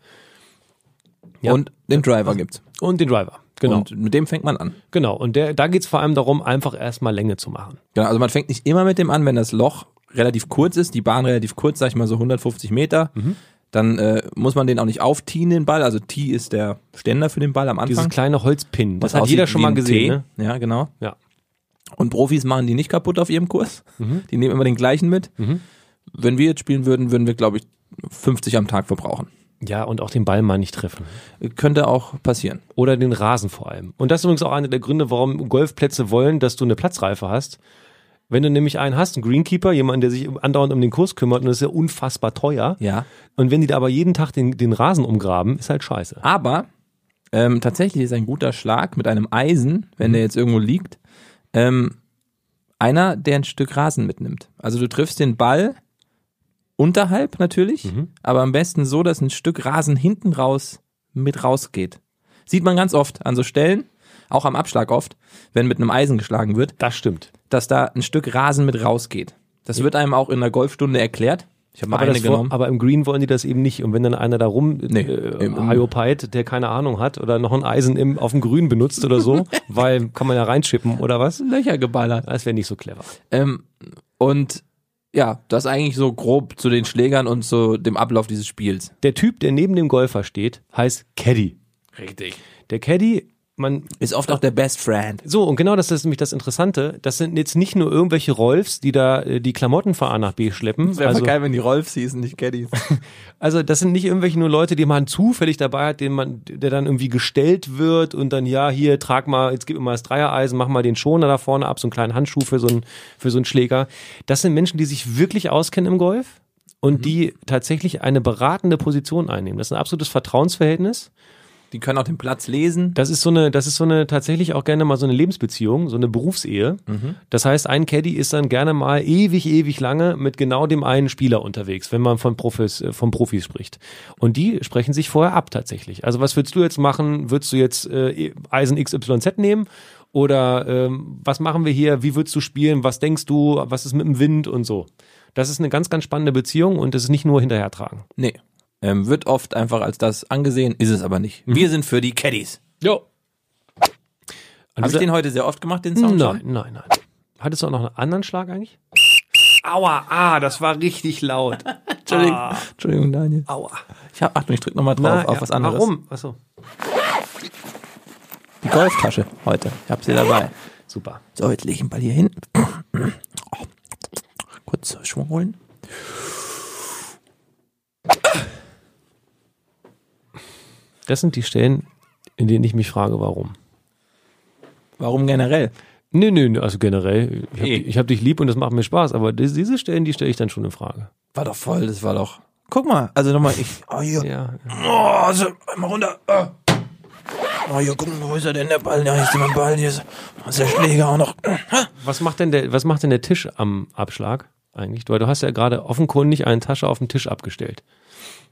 Ja.
Und den Driver gibt's.
und den Driver. Genau.
Und mit dem fängt man an.
genau und der da geht's vor allem darum, einfach erstmal Länge zu machen.
Genau, also man fängt nicht immer mit dem an, wenn das Loch relativ kurz ist, die Bahn relativ kurz, sag ich mal so 150 Meter,
Mhm.
dann äh, muss man den auch nicht aufteen, den Ball. Also Tee ist der Ständer für den Ball am
Dieses
Anfang.
kleine Holzpin, das
Was
hat jeder
aussieht
schon
wie
mal
ein
gesehen, ne?
T. Ja, genau.
Ja.
Und Profis machen die nicht kaputt auf ihrem Kurs.
Mhm.
Die nehmen immer den gleichen mit. Wenn wir jetzt spielen würden, würden wir, glaube ich, 50 am Tag verbrauchen.
Ja, und auch den Ball mal nicht treffen.
Könnte auch passieren.
Oder den Rasen vor allem. Und das ist übrigens auch einer der Gründe, warum Golfplätze wollen, dass du eine Platzreife hast. Wenn du nämlich einen hast, einen Greenkeeper, jemanden, der sich andauernd um den Kurs kümmert, und das ist ja unfassbar teuer.
Ja.
Und wenn die da aber jeden Tag den, den Rasen umgraben, ist halt scheiße.
Aber ähm, tatsächlich ist ein guter Schlag mit einem Eisen, wenn der jetzt irgendwo liegt, ähm, einer, der ein Stück Rasen mitnimmt. Also du triffst den Ball unterhalb natürlich, aber am besten so, dass ein Stück Rasen hinten raus mit rausgeht. Sieht man ganz oft an so Stellen, auch am Abschlag oft, wenn mit einem Eisen geschlagen wird,
Das stimmt.
dass da ein Stück Rasen mit rausgeht. Das wird einem auch in der Golfstunde erklärt. Ich habe mal
Aber,
eine
das, wo-
genommen.
aber im Green wollen die das eben nicht. Und wenn dann einer da rum
Nee,
äh,
im- im-
hyopeit, der keine Ahnung hat, oder noch ein Eisen im, auf dem Grün benutzt
<laughs>
oder so, weil kann man ja reinschippen oder was,
Löcher geballert.
das wäre nicht so clever.
Ähm, und ja, das eigentlich so grob zu den Schlägern und zu dem Ablauf dieses Spiels.
Der Typ, der neben dem Golfer steht, heißt Caddy.
Richtig.
Der Caddy, man
Ist oft auch der Best Friend.
So, und genau das ist nämlich das Interessante. Das sind jetzt nicht nur irgendwelche Rolfs, die da äh, die Klamotten von A nach B schleppen. Also,
wenn die Rolfs hießen, nicht Caddies.
also das sind nicht irgendwelche nur Leute, die man zufällig dabei hat, den man, der dann irgendwie gestellt wird und dann, ja, hier, trag mal, jetzt gib mir mal das Dreiereisen, mach mal den Schoner da vorne ab, so einen kleinen Handschuh für so einen, für so einen Schläger. Das sind Menschen, die sich wirklich auskennen im Golf und die tatsächlich eine beratende Position einnehmen. Das ist ein absolutes Vertrauensverhältnis.
<laughs> Die können auch den Platz lesen.
Das ist so eine, das ist so eine tatsächlich auch gerne mal so eine Lebensbeziehung, so eine Berufsehe. Das heißt, ein Caddy ist dann gerne mal ewig, ewig lange mit genau dem einen Spieler unterwegs, wenn man von Profis, äh, von Profis spricht. Und die sprechen sich vorher ab tatsächlich. Also was würdest du jetzt machen? Würdest du jetzt äh, Eisen XYZ nehmen? Oder ähm, was machen wir hier? Wie würdest du spielen? Was denkst du? Was ist mit dem Wind und so? Das ist eine ganz, ganz spannende Beziehung und das ist nicht nur hinterhertragen.
Nee. Ähm, wird oft einfach als das angesehen, ist es aber nicht. Wir sind für die Caddies.
Jo. Also
Habe ich den heute sehr oft gemacht, den Song?
Nein,
schon?
nein, nein. Hattest du auch noch einen anderen Schlag eigentlich? Aua, ah, das war richtig laut.
Entschuldigung, Entschuldigung Daniel.
Aua.
Ich hab, Achtung, ich drück nochmal drauf
Na,
auf
ja,
was anderes.
Warum? Achso,
Die Golftasche heute. Ich hab sie dabei.
super.
So, jetzt lege ich den Ball hier hin. Oh. Kurz Schwung holen.
Das sind die Stellen, in denen ich mich frage, warum.
Warum generell?
Nö, nö, nö, also generell, ich habe
Eh.
ich hab dich lieb und das macht mir Spaß, aber die- diese Stellen, die stelle ich dann schon in Frage.
War doch voll, das war doch. Guck mal, also nochmal, <laughs> ich. Oh, hier.
Ja, ja.
Oh, also, einmal runter. Oh. oh, hier, guck mal, wo ist er denn, der Ball? Ja, hier ist mein Ball, hier ist, da ist der Schläger auch noch. Ah.
Was macht denn der, was macht denn der Tisch am Abschlag eigentlich? Weil du hast ja gerade offenkundig eine Tasche auf dem Tisch abgestellt.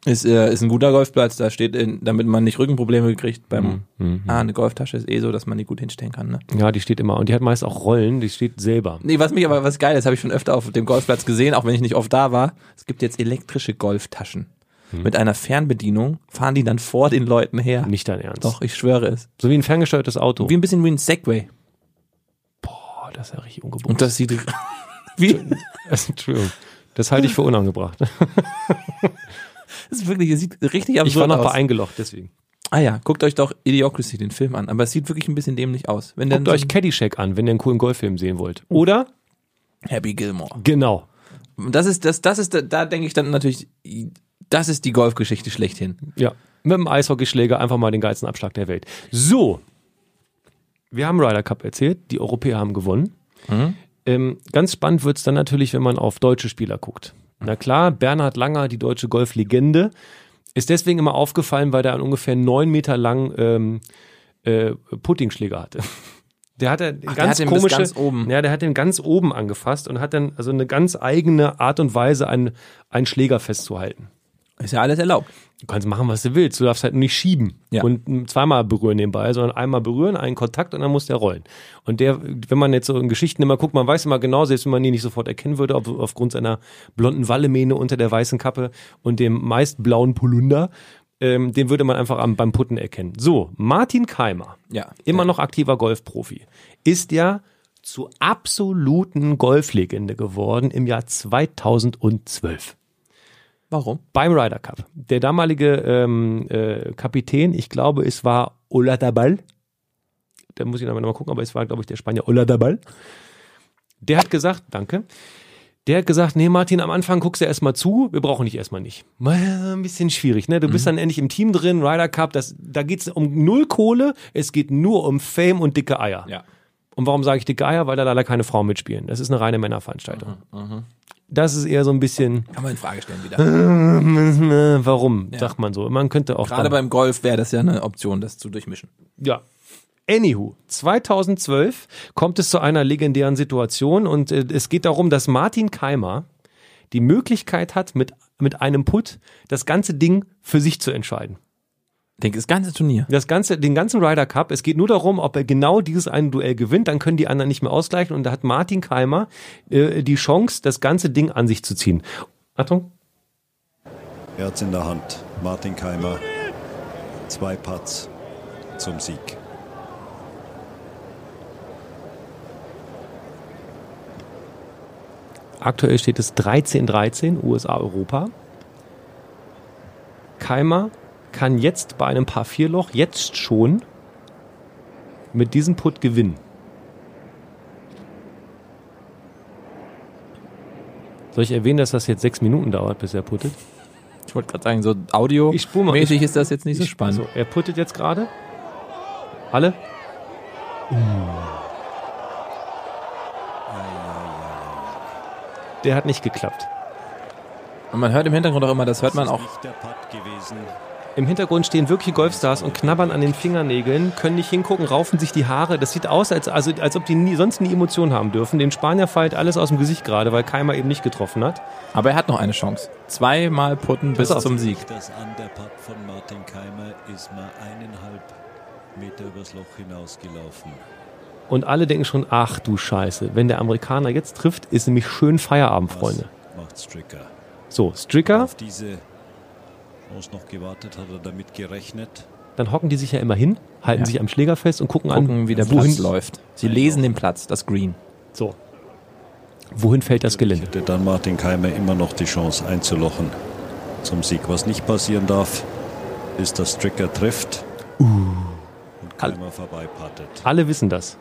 Ist, äh, ist ein guter Golfplatz, da steht, in, damit man nicht Rückenprobleme kriegt beim. Ah, eine Golftasche ist eh so, dass man die gut hinstellen kann, ne?
Ja, die steht immer und die hat meist auch Rollen, die steht selber.
Nee, was mich aber was geil ist, habe ich schon öfter auf dem Golfplatz gesehen, auch wenn ich nicht oft da war. Es gibt jetzt elektrische Golftaschen. Mit einer Fernbedienung fahren die dann vor den Leuten her.
Nicht dein Ernst.
Doch, ich schwöre es.
So wie ein ferngesteuertes Auto.
Wie ein bisschen wie ein Segway.
Boah, das ist ja richtig ungebunden.
Und das sieht wie
Das, Entschuldigung. Das halte ich für unangebracht.
Das ist wirklich, es sieht richtig
Ich war
absurd
noch
aus.
bei eingelocht, deswegen.
Ah ja, guckt euch doch Idiocracy, den Film an. Aber es sieht wirklich ein bisschen dämlich aus. Wenn dann
Guckt
so
euch Caddyshack an, wenn ihr einen coolen Golffilm sehen wollt. Oder?
Happy Gilmore.
Genau.
Das ist, das, das ist, da, da denke ich dann natürlich, das ist die Golfgeschichte schlechthin.
Ja. Mit dem Eishockeyschläger einfach mal den geilsten Abschlag der Welt. So. Wir haben Ryder Cup erzählt. Die Europäer haben gewonnen.
Mhm.
Ähm, ganz spannend wird's dann natürlich, wenn man auf deutsche Spieler guckt. Na klar, Bernhard Langer, die deutsche Golflegende, ist deswegen immer aufgefallen, weil er einen ungefähr neun Meter langen ähm, äh, Puttingschläger hatte. Der hat einen
der
ganz
hat den bis
komische,
ganz oben.
ja, der hat den ganz oben angefasst und hat dann also eine ganz eigene Art und Weise, einen, einen Schläger festzuhalten.
Ist ja alles erlaubt.
Du kannst machen, was du willst. Du darfst halt nur nicht schieben
Ja.
und mm, zweimal berühren nebenbei, sondern einmal berühren, einen Kontakt und dann muss der rollen. Und der, wenn man jetzt so in Geschichten immer guckt, man weiß immer genau, selbst wenn man ihn nicht sofort erkennen würde, ob, aufgrund seiner blonden Wallemähne unter der weißen Kappe und dem meist blauen Polunder, ähm, den würde man einfach am, beim Putten erkennen. So, Martin Keimer,
Ja.
immer noch aktiver Golfprofi, ist ja zur absoluten Golflegende geworden im Jahr 2012
Warum?
beim Ryder Cup. Der damalige ähm, äh, Kapitän, ich glaube, es war Oladabal. Da muss ich nochmal noch mal gucken, aber es war, glaube ich, der Spanier Oladabal. Der hat gesagt, danke. Der hat gesagt, nee, Martin, am Anfang guckst du erstmal zu, wir brauchen dich erstmal nicht. Mal Ein bisschen schwierig, ne? Du bist dann endlich im Team drin, Ryder Cup, das, da geht's um null Kohle, es geht nur um Fame und dicke Eier.
Ja.
Und warum sage ich dicke Eier? Weil da leider keine Frauen mitspielen. Das ist eine reine Männerveranstaltung. Das ist eher so ein bisschen,
Kann man in Frage stellen <laughs> wieder.
äh, <laughs> warum, sagt man so. Man könnte auch
Gerade
dann-
beim Golf wäre das ja eine Option, das zu durchmischen.
ja. Anywho, 2012 kommt es zu einer legendären Situation und äh, es geht darum, dass Martin Keimer die Möglichkeit hat, mit, mit einem Put das ganze Ding für sich zu entscheiden.
Ich denke, das ganze Turnier.
Das ganze, den ganzen Ryder Cup, es geht nur darum, ob er genau dieses eine Duell gewinnt, dann können die anderen nicht mehr ausgleichen und da hat Martin Keimer äh, die Chance, das ganze Ding an sich zu ziehen. Achtung,
Herz in der Hand, Martin Keimer. Zwei Putts zum Sieg.
Aktuell steht es 13-13 USA-Europa. Keimer kann jetzt bei einem Paar 4 Loch jetzt schon mit diesem Putt gewinnen. Soll ich erwähnen, dass das jetzt sechs Minuten dauert, bis er puttet?
Ich wollte gerade sagen, so audio
Ich spur mal.
mäßig ist das jetzt nicht so spannend.
Also, er puttet jetzt gerade. Alle? Mm. Der hat nicht geklappt.
Und man hört im Hintergrund auch immer, das hört man
Das
auch.
ist Nicht der Putt gewesen.
Im Hintergrund stehen wirkliche Golfstars und knabbern an den Fingernägeln, können nicht hingucken, raufen sich die Haare. Das sieht aus, als, also, als ob die nie, sonst nie Emotionen haben dürfen. Dem Spanier fällt alles aus dem Gesicht gerade, weil Keimer eben nicht getroffen hat.
Aber er hat noch eine Chance. Zweimal putten bis
Pass auf.
zum Sieg.
Das an der Putt von Martin Keimer ist mal eineinhalb Meter übers Loch hinausgelaufen.
Und alle denken schon, ach du Scheiße, wenn der Amerikaner jetzt trifft, ist nämlich schön Feierabend,
Was
Freunde.
Macht Stricker.
So, Stricker,
Auf diese Chance noch gewartet, hat er damit gerechnet.
dann hocken die sich ja immer hin, halten
Ja.
sich am Schläger fest und gucken, an,
Gucken, wie der
wohin
Platz läuft. Sie lesen den Platz, das Green.
So. Wohin fällt das Gelände?
Hätte dann Martin Keimer immer noch die Chance einzulochen zum Sieg. Was nicht passieren darf, ist, dass Stricker trifft
Uh.
und Keimer vorbeipattet.
Alle wissen das.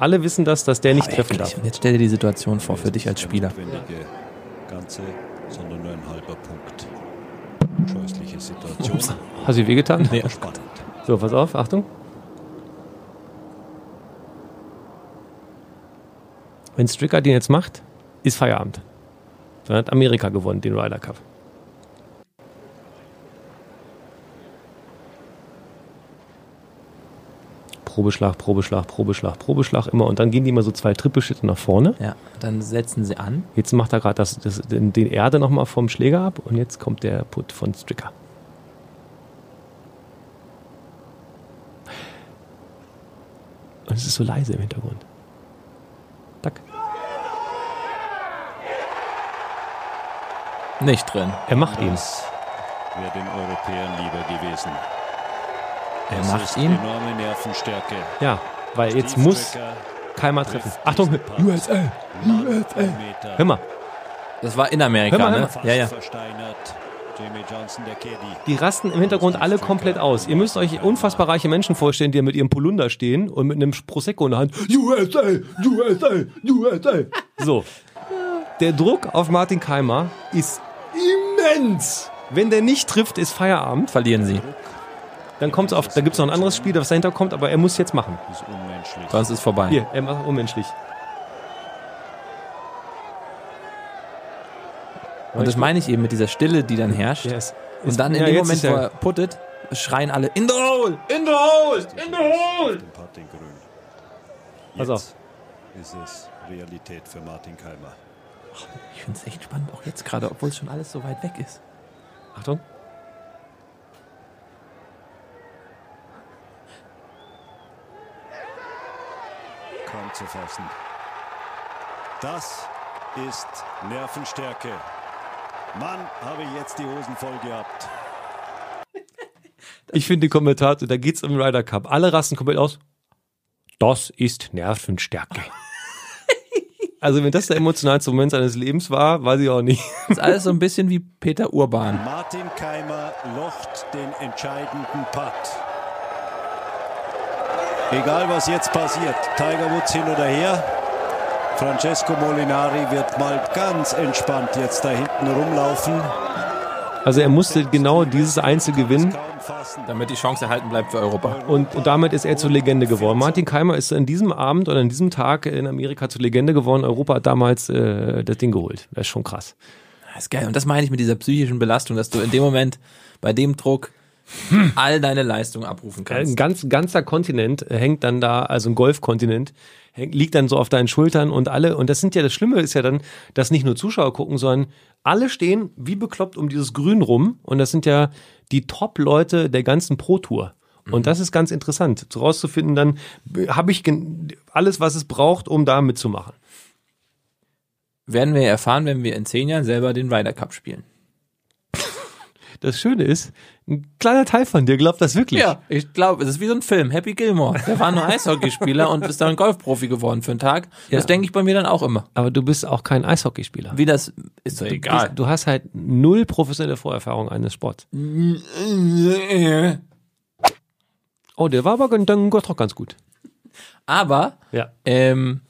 Alle wissen das, dass der nicht treffen darf.
Und jetzt stell dir die Situation vor für dich als Spieler.
notwendige Ganze, sondern nur ein halber Punkt. Scheußliche Situation.
Hast du dir wehgetan?
Aber Spannend.
So, pass auf, Achtung. Wenn Stricker den jetzt macht, ist Feierabend. Dann hat Amerika gewonnen, den Ryder Cup. Probeschlag, Probeschlag, Probeschlag, Probeschlag immer. Und dann gehen die immer so zwei Trippelschritte nach vorne.
Ja, dann setzen sie an.
Jetzt macht er gerade das, das, den, den Erde nochmal vom Schläger ab und jetzt kommt der Putt von Stricker. Und es ist so leise im Hintergrund. Tack.
Nicht drin.
Er macht ihn.
Das wäre den Europäern lieber gewesen.
Er
Das
macht
ist
ihn.
Enorme Nervenstärke.
Ja, weil jetzt
Steve
muss
Stricker
Keimer treffen.
trifft
Achtung,
diesen Putt.
USA.
Mann, ein Meter.
hör mal.
Das war in Amerika,
Hör mal, hör
ne?
Fast
Ja, ja.
versteinert. Jamie Johnson, der Caddy.
Die rasten im Hintergrund alle komplett aus. Ihr müsst euch unfassbar reiche Menschen vorstellen, die mit ihrem Polunder stehen und mit einem Prosecco in der Hand. USA, USA, USA. So. Der Druck auf Martin Keimer ist immens. Wenn der nicht trifft, ist Feierabend.
Verlieren sie.
Dann kommt's auf, da gibt's noch ein anderes Spiel, das dahinter kommt, aber er muss jetzt machen.
Das ist unmenschlich.
Sonst ist vorbei.
Hier, er macht oh unmenschlich.
Und das meine ich eben mit dieser Stille, die dann herrscht.
Der ist-
Und dann in
Ja,
dem
jetzt
Moment,
ist
wo
er-
er puttet, schreien alle in the hole, in the hole, in the hole.
Den Putt in grün.
Pass auf.
Jetzt ist es Realität für Martin Keimer.
Ich finde es echt spannend, auch jetzt gerade, obwohl es schon alles so weit weg ist.
Achtung.
Kaum zu fassen. Das ist Nervenstärke. Mann, habe ich jetzt die Hosen voll gehabt.
Ich finde die Kommentator, da geht's um Ryder Cup. Alle rasten komplett aus. Das ist Nervenstärke. also, wenn das der emotionalste Moment seines Lebens war, weiß ich auch nicht.
Ist alles so ein bisschen wie Peter Urban.
Martin Keimer locht den entscheidenden Putt. Egal was jetzt passiert, Tiger Woods hin oder her, Francesco Molinari wird mal ganz entspannt jetzt da hinten rumlaufen.
Also, er musste genau dieses Einzel gewinnen.
Kaum fassen.
Damit die Chance erhalten bleibt für Europa.
Und, und damit ist er zur Legende geworden. Martin Keimer ist an diesem Abend oder an diesem Tag in Amerika zur Legende geworden. Europa hat damals äh, das Ding geholt. Das ist schon krass.
Das ist geil. Und das meine ich mit dieser psychischen Belastung, dass du in dem Moment bei dem Druck
Hm.
all deine Leistung abrufen
Äh, Ein
kannst.
ganz, ganzer Kontinent äh, hängt dann da, also ein Golfkontinent, hängt, liegt dann so auf deinen Schultern und alle, und das sind ja das Schlimme ist ja dann, dass nicht nur Zuschauer gucken, sondern alle stehen wie bekloppt um dieses Grün rum und das sind ja die Top-Leute der ganzen Pro-Tour.
Mhm.
Und das ist ganz interessant, so rauszufinden, dann b- habe ich gen- alles, was es braucht, um da mitzumachen.
Werden wir erfahren, wenn wir in zehn Jahren selber den Ryder Cup spielen.
Das Schöne ist, ein kleiner Teil von dir glaubt das wirklich.
Ja, ich glaube, es ist wie so ein Film, Happy Gilmore. Der war nur Eishockeyspieler und ist dann Golfprofi geworden für einen Tag. Das denke ich bei mir dann auch immer.
Aber du bist auch kein Eishockeyspieler.
Wie das ist doch egal.
Du hast halt null professionelle Vorerfahrung eines Sports. Oh, der war aber ganz- dann doch ganz gut.
Aber
Ja.
ähm,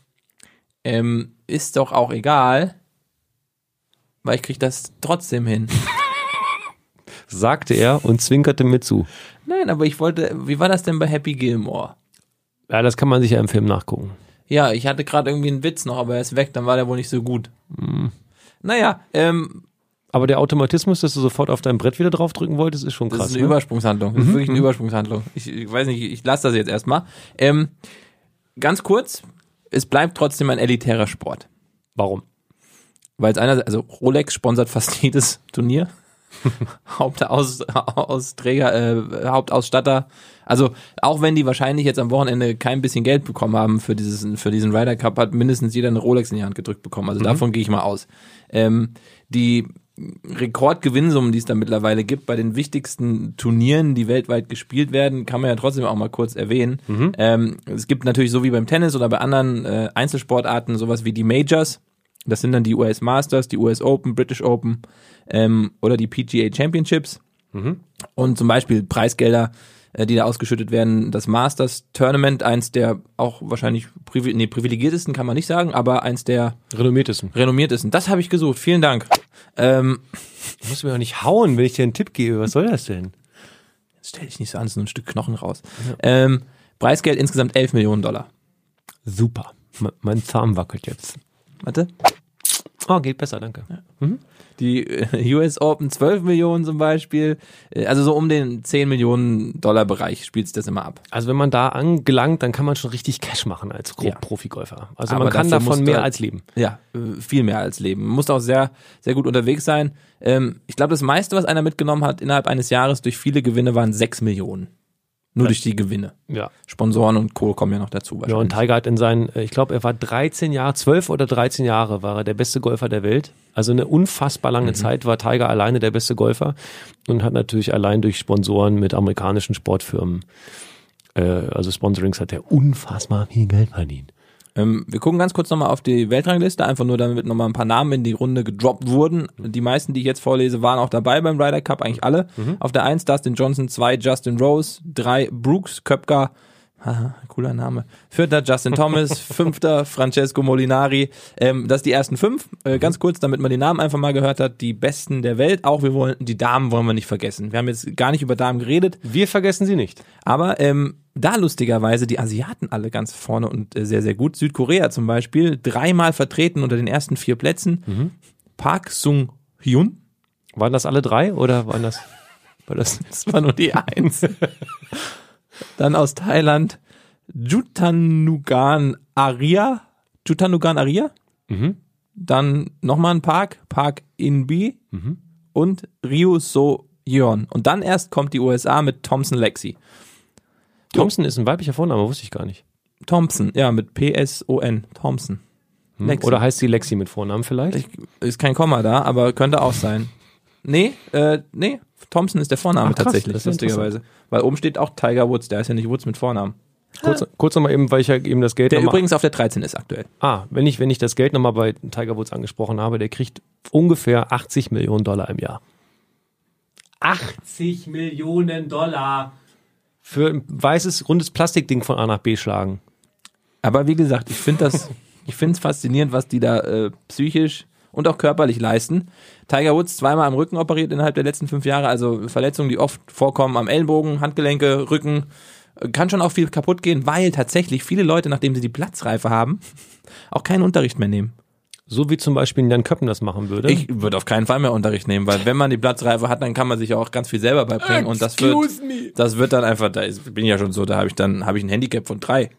ähm, ist doch auch egal, weil ich krieg das trotzdem hin.
Sagte er und zwinkerte mit zu.
Nein, aber ich wollte, wie war das denn bei Happy Gilmore?
Ja, das kann man sich ja im Film nachgucken.
Ja, ich hatte gerade irgendwie einen Witz noch, aber er ist weg, dann war der wohl nicht so gut. Mhm. Naja, ähm,
Aber der Automatismus, dass du sofort auf dein Brett wieder draufdrücken wolltest, ist schon
das
krass.
ist eine
ne?
Übersprungshandlung. Das ist wirklich eine Übersprungshandlung. Ich, ich weiß nicht, ich lasse das jetzt erstmal. Ähm, ganz kurz, es bleibt trotzdem ein elitärer Sport.
Warum?
weil es einerseits, also Rolex sponsert fast <laughs> jedes Turnier. Hauptaus, Austräger, äh, Hauptausstatter. Also auch wenn die wahrscheinlich jetzt am Wochenende kein bisschen Geld bekommen haben für, dieses, für diesen Ryder Cup, hat mindestens jeder eine Rolex in die Hand gedrückt bekommen. Also davon gehe ich mal aus. Ähm, die Rekordgewinnsummen, die es da mittlerweile gibt bei den wichtigsten Turnieren, die weltweit gespielt werden, kann man ja trotzdem auch mal kurz erwähnen. Ähm, es gibt natürlich so wie beim Tennis oder bei anderen äh, Einzelsportarten sowas wie die Majors. Das sind dann die US Masters, die US Open, British Open ähm, oder die PGA Championships. Und zum Beispiel Preisgelder, äh, die da ausgeschüttet werden, das Masters Tournament, eins der auch wahrscheinlich privi nee, privilegiertesten kann man nicht sagen, aber eins der
Renommiertesten.
renommiertesten. Das habe ich gesucht. Vielen Dank. Ähm,
Du musst mir doch nicht hauen, wenn ich dir einen Tipp gebe. Was soll das denn?
jetzt stell dich nicht so an, ist nur ein Stück Knochen raus. Ähm, Preisgeld insgesamt 11 Millionen Dollar.
Super. Me- Mein Zahn wackelt jetzt.
Warte.
Oh, geht besser, danke.
Die äh, US Open 12 Millionen zum Beispiel. Äh, Also so um den 10 Millionen Dollar Bereich spielt's das immer ab.
Also wenn man da angelangt, dann kann man schon richtig Cash machen als Gro
Ja.
Profigolfer. Also
Aber
man kann
dafür musst
davon
du
mehr
halt-
als leben.
Ja, äh, viel mehr als Leben. Man muss auch sehr, sehr gut unterwegs sein. Ähm, ich glaube, das meiste, was einer mitgenommen hat innerhalb eines Jahres durch viele Gewinne, waren 6 Millionen. Nur durch die Gewinne.
Ja.
Sponsoren und Co. kommen ja noch dazu
Ja, und
wahrscheinlich.
Tiger hat in seinen, äh, ich glaube, er war 13 Jahre, 12 oder 13 Jahre war er der beste Golfer der Welt. Also eine unfassbar lange Zeit war Tiger alleine der beste Golfer und hat natürlich allein durch Sponsoren mit amerikanischen Sportfirmen, äh, also Sponsorings hat er unfassbar viel Geld verdient.
Ähm, wir gucken ganz kurz nochmal auf die Weltrangliste, einfach nur damit nochmal ein paar Namen in die Runde gedroppt wurden. Die meisten, die ich jetzt vorlese, waren auch dabei beim Ryder Cup, eigentlich alle. Auf der 1 Dustin Johnson, 2 Justin Rose, 3 Brooks, Köpker, haha, cooler Name, vierter Justin Thomas, fünfter Francesco Molinari. Ähm, das sind die ersten fünf. Äh, ganz kurz, damit man die Namen einfach mal gehört hat, die besten der Welt. Auch wir wollen, die Damen wollen wir nicht vergessen. Wir haben jetzt gar nicht über Damen geredet.
Wir vergessen sie nicht.
Aber ähm, da lustigerweise die Asiaten alle ganz vorne und äh, sehr, sehr gut. Südkorea zum Beispiel, dreimal vertreten unter den ersten vier Plätzen. Park Sung-hyun,
Waren das alle drei oder waren <laughs> das, war das
das <laughs> war nur die Eins. Dann aus Thailand, Jutanugan Aria. Jutanugan Aria. Dann nochmal ein Park, Park Inbi und Ryu So Yeon. Und dann erst kommt die USA mit Thompson Lexi.
Thompson ist ein weiblicher Vorname, wusste ich gar nicht.
Thompson, ja, mit P-S-O-N. Thompson. Lexi.
Hm? Oder heißt sie Lexi mit Vornamen vielleicht?
Ich, ist kein Komma da, aber könnte auch sein. Nee, äh, nee, Thompson ist der Vorname
Ach, krass,
tatsächlich,
das ist
lustigerweise. Weil oben steht auch Tiger Woods, der heißt ja nicht Woods mit Vornamen.
Kurz, kurz nochmal eben, weil ich ja eben das Geld
Der
nochmal-
übrigens auf der 13 ist aktuell.
Ah, wenn ich, wenn ich das Geld nochmal bei Tiger Woods angesprochen habe, der kriegt ungefähr 80 Millionen Dollar im Jahr. 80 Millionen Dollar. Für ein weißes, rundes Plastikding von A nach B schlagen.
Aber wie gesagt, ich finde
<laughs>
das, ich finde es faszinierend, was die da äh, psychisch und auch körperlich leisten. Tiger Woods zweimal am Rücken operiert innerhalb der letzten fünf Jahre, also Verletzungen, die oft vorkommen am Ellenbogen, Handgelenke, Rücken. Äh, Kann schon auch viel kaputt gehen, weil tatsächlich viele Leute, nachdem sie die Platzreife haben, auch keinen Unterricht mehr nehmen.
So wie zum Beispiel Jan Köppen das machen würde.
Ich würde auf keinen Fall mehr Unterricht nehmen, weil wenn man die Platzreife hat, dann kann man sich ja auch ganz viel selber beibringen und das
Excuse me.
wird, das wird dann einfach, da ist, bin ich ja schon so, da habe ich dann, habe ich ein Handicap von drei.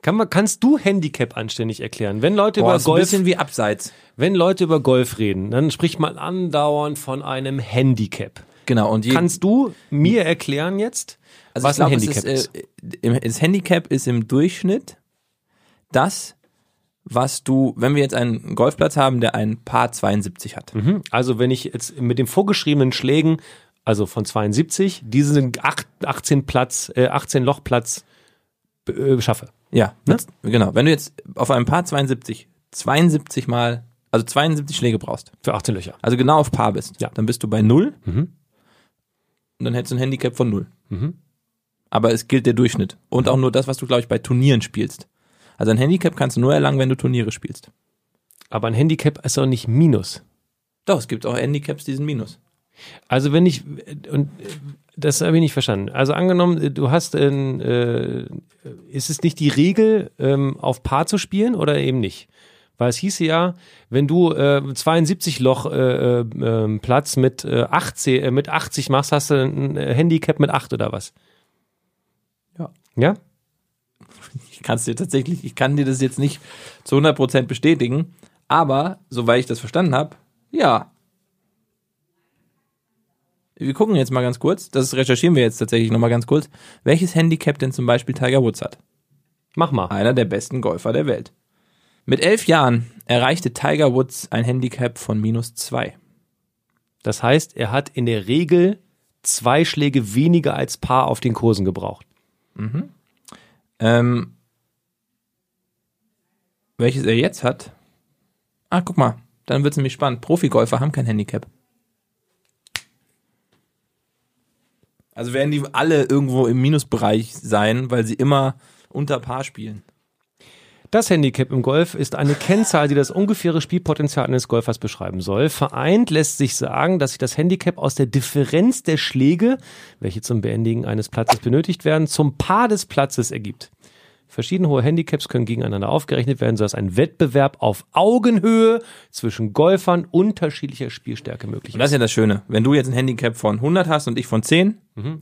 Kann man, kannst du Handicap anständig erklären? Wenn Leute
Boah,
über
ist ein
Golf
bisschen wie abseits.
Wenn Leute über Golf reden, dann spricht man andauernd von einem Handicap.
Genau. Und je,
Kannst du mir erklären jetzt,
Also
was
ich glaub,
ein Handicap
es
ist?
ist, äh, im- Das Handicap ist im Durchschnitt das, was du, wenn wir jetzt einen Golfplatz haben, der ein Paar 72 hat.
Mhm. Also wenn ich jetzt mit den vorgeschriebenen Schlägen, also von 72, diesen acht- 18 Platz, äh, 18 Lochplatz äh, schaffe.
Ja, jetzt- genau. Wenn du jetzt auf einem Paar 72 72 mal, also 72 Schläge brauchst,
Für 18 Löcher.
also genau auf Paar bist,
Ja. Mhm.
dann bist du bei null und dann hättest du ein Handicap von null. Aber es gilt der Durchschnitt und auch nur das, was du, glaube ich, bei Turnieren spielst. Also ein Handicap kannst du nur erlangen, wenn du Turniere spielst.
Aber ein Handicap ist auch nicht Minus.
Doch, es gibt auch Handicaps, die sind Minus.
Also wenn ich, und äh, das habe ich nicht verstanden. Also angenommen, äh, du hast, ein, äh, ist es nicht die Regel, ähm, auf Paar zu spielen oder eben nicht? Weil es hieße ja, wenn du äh, 72 Loch äh, äh, ähm, Platz mit, äh, 80, äh, mit 80 machst, hast du ein äh, Handicap mit 8 oder was?
Ja.
Ja?
ich kann dir tatsächlich, ich kann dir das jetzt nicht zu 100% bestätigen, aber soweit ich das verstanden habe, ja. Wir gucken jetzt mal ganz kurz, das recherchieren wir jetzt tatsächlich nochmal ganz kurz, welches Handicap denn zum Beispiel Tiger Woods hat.
Mach mal.
Einer der besten Golfer der Welt. Mit elf Jahren erreichte Tiger Woods ein Handicap von minus zwei.
Das heißt, er hat in der Regel zwei Schläge weniger als Paar auf den Kursen gebraucht.
Ähm, welches er jetzt hat? Ah, guck mal, dann wird's nämlich spannend. Profigolfer haben kein Handicap. Also werden die alle irgendwo im Minusbereich sein, weil sie immer unter Paar spielen.
Das Handicap im Golf ist eine Kennzahl, die das ungefähre Spielpotenzial eines Golfers beschreiben soll. Vereint lässt sich sagen, dass sich das Handicap aus der Differenz der Schläge, welche zum Beendigen eines Platzes benötigt werden, zum Paar des Platzes ergibt. Verschiedene hohe Handicaps können gegeneinander aufgerechnet werden, sodass ein Wettbewerb auf Augenhöhe zwischen Golfern unterschiedlicher Spielstärke möglich
Und
ist.
das ist ja das Schöne. Wenn du jetzt ein Handicap von 100 hast und ich von 10,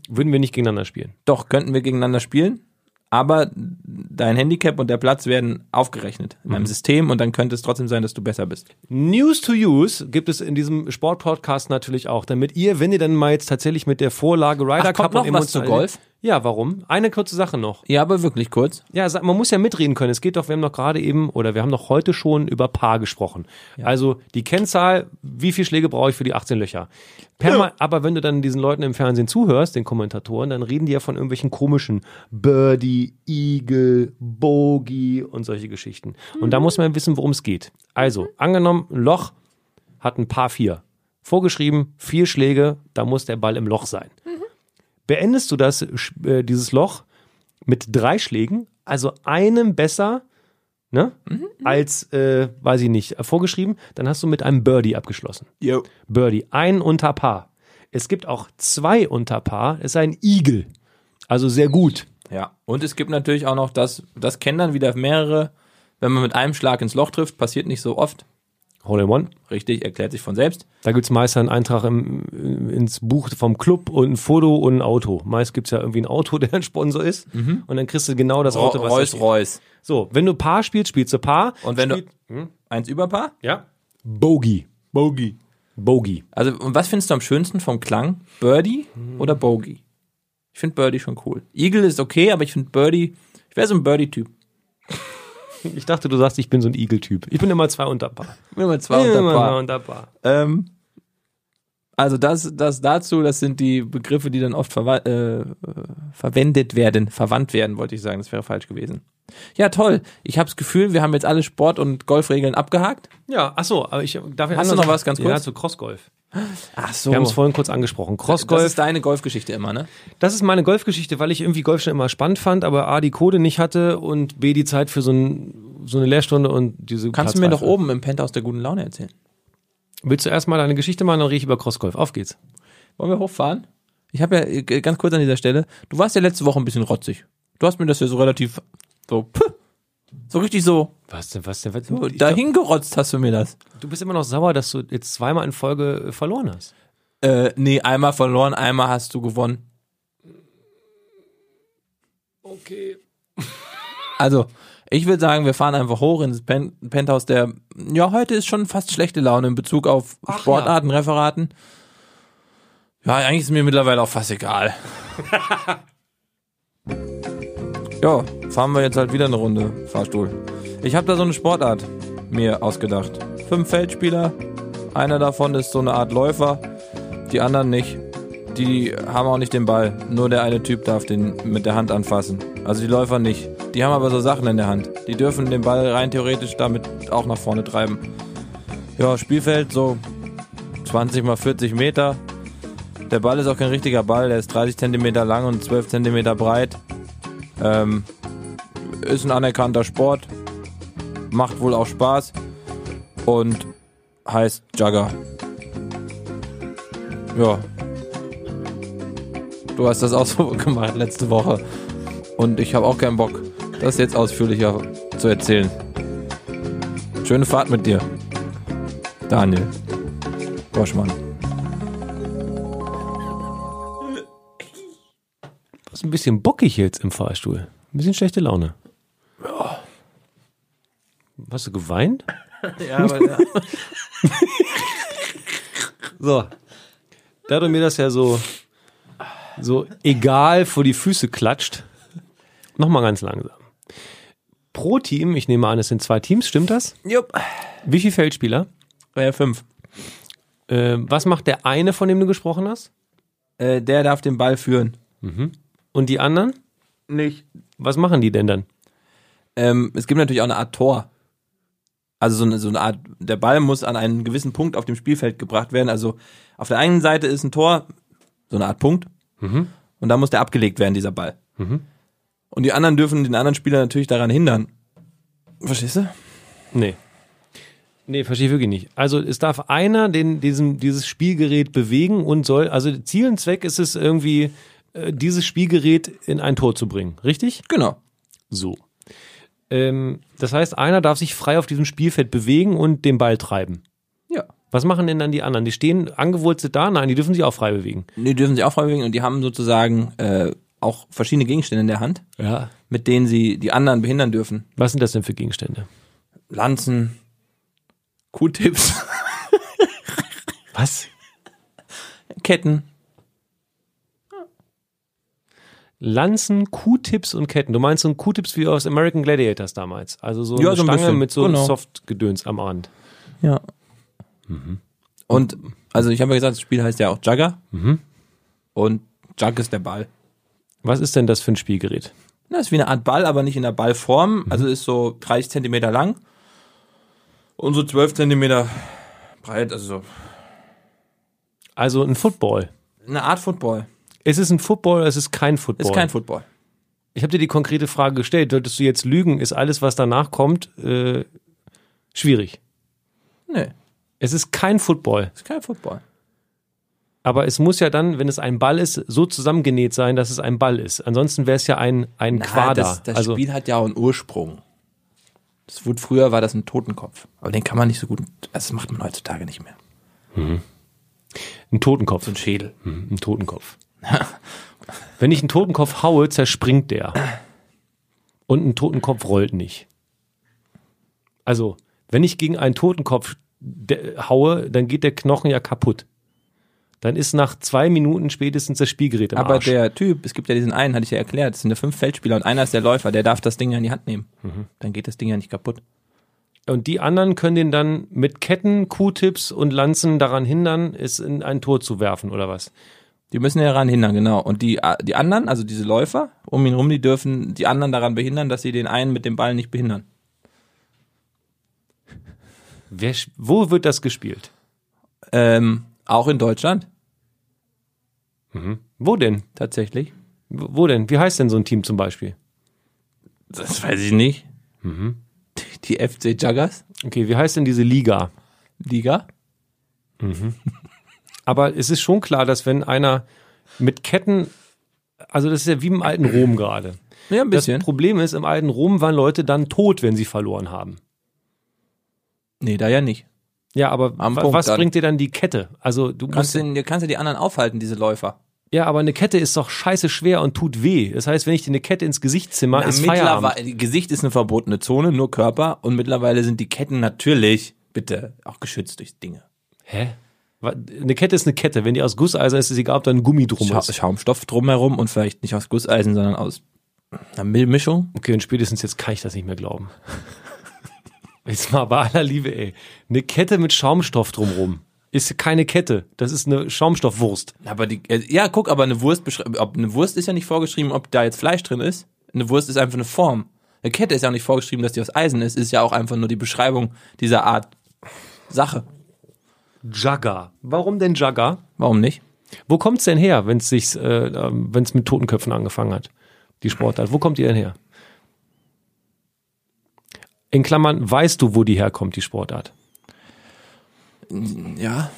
Würden wir nicht gegeneinander spielen.
doch könnten wir gegeneinander spielen, aber dein Handicap und der Platz werden aufgerechnet in einem System und dann könnte es trotzdem sein, dass du besser bist.
News to Use gibt es in diesem Sportpodcast natürlich auch, damit ihr, wenn ihr dann mal jetzt tatsächlich mit der Vorlage Ryder
Ach, kommt
Cup und
noch was zu
emotional-
Golf?
Ja, warum? Eine kurze Sache noch.
Ja, aber wirklich kurz.
Ja, sag- man muss ja mitreden können. Es geht doch, wir haben doch gerade eben oder wir haben doch heute schon über Paar gesprochen. Also die Kennzahl, wie viel Schläge brauche ich für die 18 Löcher? Perma Aber wenn du dann diesen Leuten im Fernsehen zuhörst, den Kommentatoren, dann reden die ja von irgendwelchen komischen Birdie, Eagle, Bogey und solche Geschichten. Und da muss man wissen, worum es geht. Also, angenommen, ein Loch hat ein Paar 4. Vorgeschrieben, vier Schläge, da muss der Ball im Loch sein. Beendest du das, äh, dieses Loch mit drei Schlägen, also einem besser ne,
Mhm.
als, äh, weiß ich nicht, vorgeschrieben, dann hast du mit einem Birdie abgeschlossen.
Jo.
Birdie, ein unter Paar. Es gibt auch zwei unter Paar, es ist ein Igel. Also sehr gut.
Ja. Und es gibt natürlich auch noch das, das kennen dann wieder mehrere, wenn man mit einem Schlag ins Loch trifft, passiert nicht so oft.
Hole in One.
Richtig, erklärt sich von selbst.
Da gibt's meist einen Eintrag im, ins Buch vom Club und ein Foto und ein Auto. Meist gibt's ja irgendwie ein Auto, <laughs> der ein Sponsor ist.
Mhm.
Und dann kriegst du genau das Auto, was da
Reus,
steht.
Reus.
So, wenn du Paar spielst, spielst du Paar.
Und wenn du-
Spiel- Hm?
Eins Überpaar?
Ja. Bogey.
Bogey.
Bogey.
Also, und was findest du am schönsten vom Klang? Birdie
Hm.
oder Bogey? Ich finde Birdie schon cool. Eagle ist okay, aber ich finde Birdie, ich wäre so ein Birdie-Typ.
Ich dachte, du sagst, ich bin so ein Igel-Typ. Ich bin immer zwei unter Paar.
Nummer zwei unter
Immer
Paar.
zwei unter Paar.
Ähm, also das, das dazu, das sind die Begriffe, die dann oft verwa äh, äh, verwendet werden, verwandt werden, wollte ich sagen. Das wäre falsch gewesen. Ja, toll. Ich habe das Gefühl, wir haben jetzt alle Sport- und Golfregeln abgehakt.
Ja, ach so, aber ich darf ich
Hast du
anders-
noch was ganz kurz?
Ja, zu Crossgolf.
Ach so.
Wir haben es vorhin kurz angesprochen.
das
Crossgolf,
ist deine Golfgeschichte immer, ne?
das ist meine Golfgeschichte, weil ich irgendwie Golf schon immer spannend fand, aber A, die Code nicht hatte und B, die Zeit für so, ein, so eine Lehrstunde und diese
Kannst du mir doch
Platzreife.
oben im Penthouse der guten Laune erzählen.
Willst du erstmal deine Geschichte machen, dann rede ich über Crossgolf. Auf geht's.
Wollen wir hochfahren? Ich habe ja äh, ganz kurz an dieser Stelle, du warst ja letzte Woche ein bisschen rotzig. Du hast mir das ja so relativ so puh, so richtig so
Was denn, was denn? Was,
dahin gerotzt hast du mir das.
du bist immer noch sauer, dass du jetzt zweimal in Folge äh, verloren hast.
Äh, nee, einmal verloren, einmal hast du gewonnen.
Okay.
Also, ich würde sagen, wir fahren einfach hoch ins Pen Penthouse der, ja, heute ist schon fast schlechte Laune in Bezug auf Sportarten, Referaten. Ja, eigentlich ist mir mittlerweile auch fast egal. ja, fahren wir jetzt halt wieder eine Runde Fahrstuhl. Ich habe da so eine Sportart mir ausgedacht. Fünf Feldspieler, einer davon ist so eine Art Läufer, die anderen nicht. Die haben auch nicht den Ball. Nur der eine Typ darf den mit der Hand anfassen. Also die Läufer nicht. Die haben aber so Sachen in der Hand. Die dürfen den Ball rein theoretisch damit auch nach vorne treiben. Ja, Spielfeld so 20 mal 40 Meter. Der Ball ist auch kein richtiger Ball. Der ist 30 Zentimeter lang und 12 Zentimeter breit. Ähm, ist ein anerkannter Sport. Macht wohl auch Spaß. Und heißt Jugger. Ja, Du hast das ausführlich <laughs> gemacht letzte Woche. Und ich habe auch keinen Bock, das jetzt ausführlicher zu erzählen. Schöne Fahrt mit dir. Daniel. Boschmann.
Du bist ein bisschen bockig jetzt im Fahrstuhl. Ein bisschen schlechte Laune. Ja. Hast du geweint?
<laughs> Ja, aber
<laughs> So. Da du mir das ja so, so egal vor die Füße klatscht, nochmal ganz langsam. Pro Team, ich nehme an, es sind zwei Teams, stimmt das?
Jupp.
Wie viele Feldspieler?
Äh, fünf.
Äh, was macht der eine, von dem du gesprochen hast?
Äh, der darf den Ball führen.
Und die anderen?
Nicht.
Was machen die denn dann?
Ähm, es gibt natürlich auch eine Art Tor. Also so eine, so eine Art, der Ball muss an einen gewissen Punkt auf dem Spielfeld gebracht werden. Also auf der einen Seite ist ein Tor, so eine Art Punkt. Und da muss der abgelegt werden, dieser Ball. Und die anderen dürfen den anderen Spieler natürlich daran hindern. Verstehst du?
Nee. Nee, verstehe ich wirklich nicht. Also es darf einer den, diesem, dieses Spielgerät bewegen und soll, also Ziel und Zweck ist es irgendwie, äh, dieses Spielgerät in ein Tor zu bringen, richtig?
Genau.
So. Ähm, das heißt, einer darf sich frei auf diesem Spielfeld bewegen und den Ball treiben.
Ja.
Was machen denn dann die anderen? Die stehen angewurzelt da? Nein, die dürfen sich auch frei bewegen.
Die dürfen sich auch frei bewegen und die haben sozusagen äh, auch verschiedene Gegenstände in der Hand,
Ja.
mit denen sie die anderen behindern dürfen.
Was sind das denn für Gegenstände?
Lanzen, Q-Tips,
Was?
Ketten.
Lanzen, Q-Tips und Ketten. Du meinst so ein Q-Tips wie aus American Gladiators damals. Also so
Ja,
eine
so ein
Stange
bisschen,
mit so
genau.
Soft-Gedöns am Rand.
Ja. Mhm. Und, also ich habe ja gesagt, das Spiel heißt ja auch Jugger. Und Jug ist der Ball.
Was ist denn das für ein Spielgerät?
Na, ist wie eine Art Ball, aber nicht in der Ballform. Also ist so 30 Zentimeter lang und so 12 Zentimeter breit. Also so
Also ein Football.
eine Art Football.
Ist es ein Football oder ist es kein Football?
Ist kein Football.
ich habe dir die konkrete Frage gestellt. Solltest du jetzt lügen, ist alles, was danach kommt, äh, schwierig.
Nee,
Es ist kein Football.
ist kein Football.
Aber es muss ja dann, wenn es ein Ball ist, so zusammengenäht sein, dass es ein Ball ist. Ansonsten wäre es ja ein, ein Quader.
das das
also,
Spiel hat ja auch einen Ursprung. Das wurde, früher war das ein Totenkopf. Aber den kann man nicht so gut. Das macht man heutzutage nicht mehr.
Ein Totenkopf.
So ein Schädel.
Mhm, Ein
<laughs>
Totenkopf. Wenn ich einen Totenkopf haue, zerspringt der. Und ein Totenkopf rollt nicht. Also, wenn ich gegen einen Totenkopf de- haue, dann geht der Knochen ja kaputt. Dann ist nach zwei Minuten spätestens das Spielgerät im
Aber
Arsch.
der Typ, es gibt ja diesen einen, hatte ich ja erklärt, es sind ja fünf Feldspieler und einer ist der Läufer, der darf das Ding ja in die Hand nehmen. Dann geht das Ding ja nicht kaputt.
Und die anderen können den dann mit Ketten, Q-Tips und Lanzen daran hindern, es in ein Tor zu werfen oder was.
Die müssen ja daran hindern, genau. Und die, die anderen, also diese Läufer um ihn rum, die dürfen die anderen daran behindern, dass sie den einen mit dem Ball nicht behindern.
Wer, sch- wo wird das gespielt?
Ähm, auch in Deutschland,
Wo denn?
tatsächlich.
Wo wo denn? Wie heißt denn so ein Team zum Beispiel?
Das weiß ich nicht. Mhm. Die FC Juggers
Okay, wie heißt denn diese Liga?
Liga.
Aber es ist schon klar, dass wenn einer mit Ketten, also das ist ja wie im alten Rom gerade.
Ja, ein
Das
bisschen.
Problem ist, im alten Rom waren Leute dann tot, wenn sie verloren haben.
Nee, da ja nicht.
Ja, aber
Am
wa-
Punkt
was
dann.
bringt dir dann die Kette? Also du
Kannst
musst,
du, den- kannst du die anderen aufhalten, diese Läufer.
ja, aber eine Kette ist doch scheiße schwer und tut weh. Das heißt, wenn ich dir eine Kette ins Gesicht zimmer, ist Feierabend.
mittlerweile, Gesicht ist eine verbotene Zone, nur Körper. Und mittlerweile sind die Ketten natürlich, bitte, auch geschützt durch Dinge.
Hä? Wa- Eine Kette ist eine Kette. Wenn die aus Gusseisen ist, ist es egal, ob da ein Gummi drum
Scha
ist.
Schaumstoff drumherum und vielleicht nicht aus Gusseisen, sondern aus einer Mischung.
Okay, und spätestens jetzt kann ich das nicht mehr glauben. <laughs> Jetzt mal bei aller Liebe, ey. Eine Kette mit Schaumstoff drumrum. Ist keine Kette. Das ist eine Schaumstoffwurst.
Aber die, äh, ja, guck, aber eine Wurst, beschre- ob, eine Wurst ist ja nicht vorgeschrieben, ob da jetzt Fleisch drin ist. Eine Wurst ist einfach eine Form. Eine Kette ist ja auch nicht vorgeschrieben, dass die aus Eisen ist. Ist ja auch einfach nur die Beschreibung dieser Art Sache.
Jagger. Warum denn Jagger?
Warum nicht?
Wo kommt's denn her, wenn's sich, äh, ähm, wenn's mit Totenköpfen angefangen hat? Die Sportart. Wo kommt die denn her? In Klammern, weißt du, wo die herkommt, die Sportart?
Ja.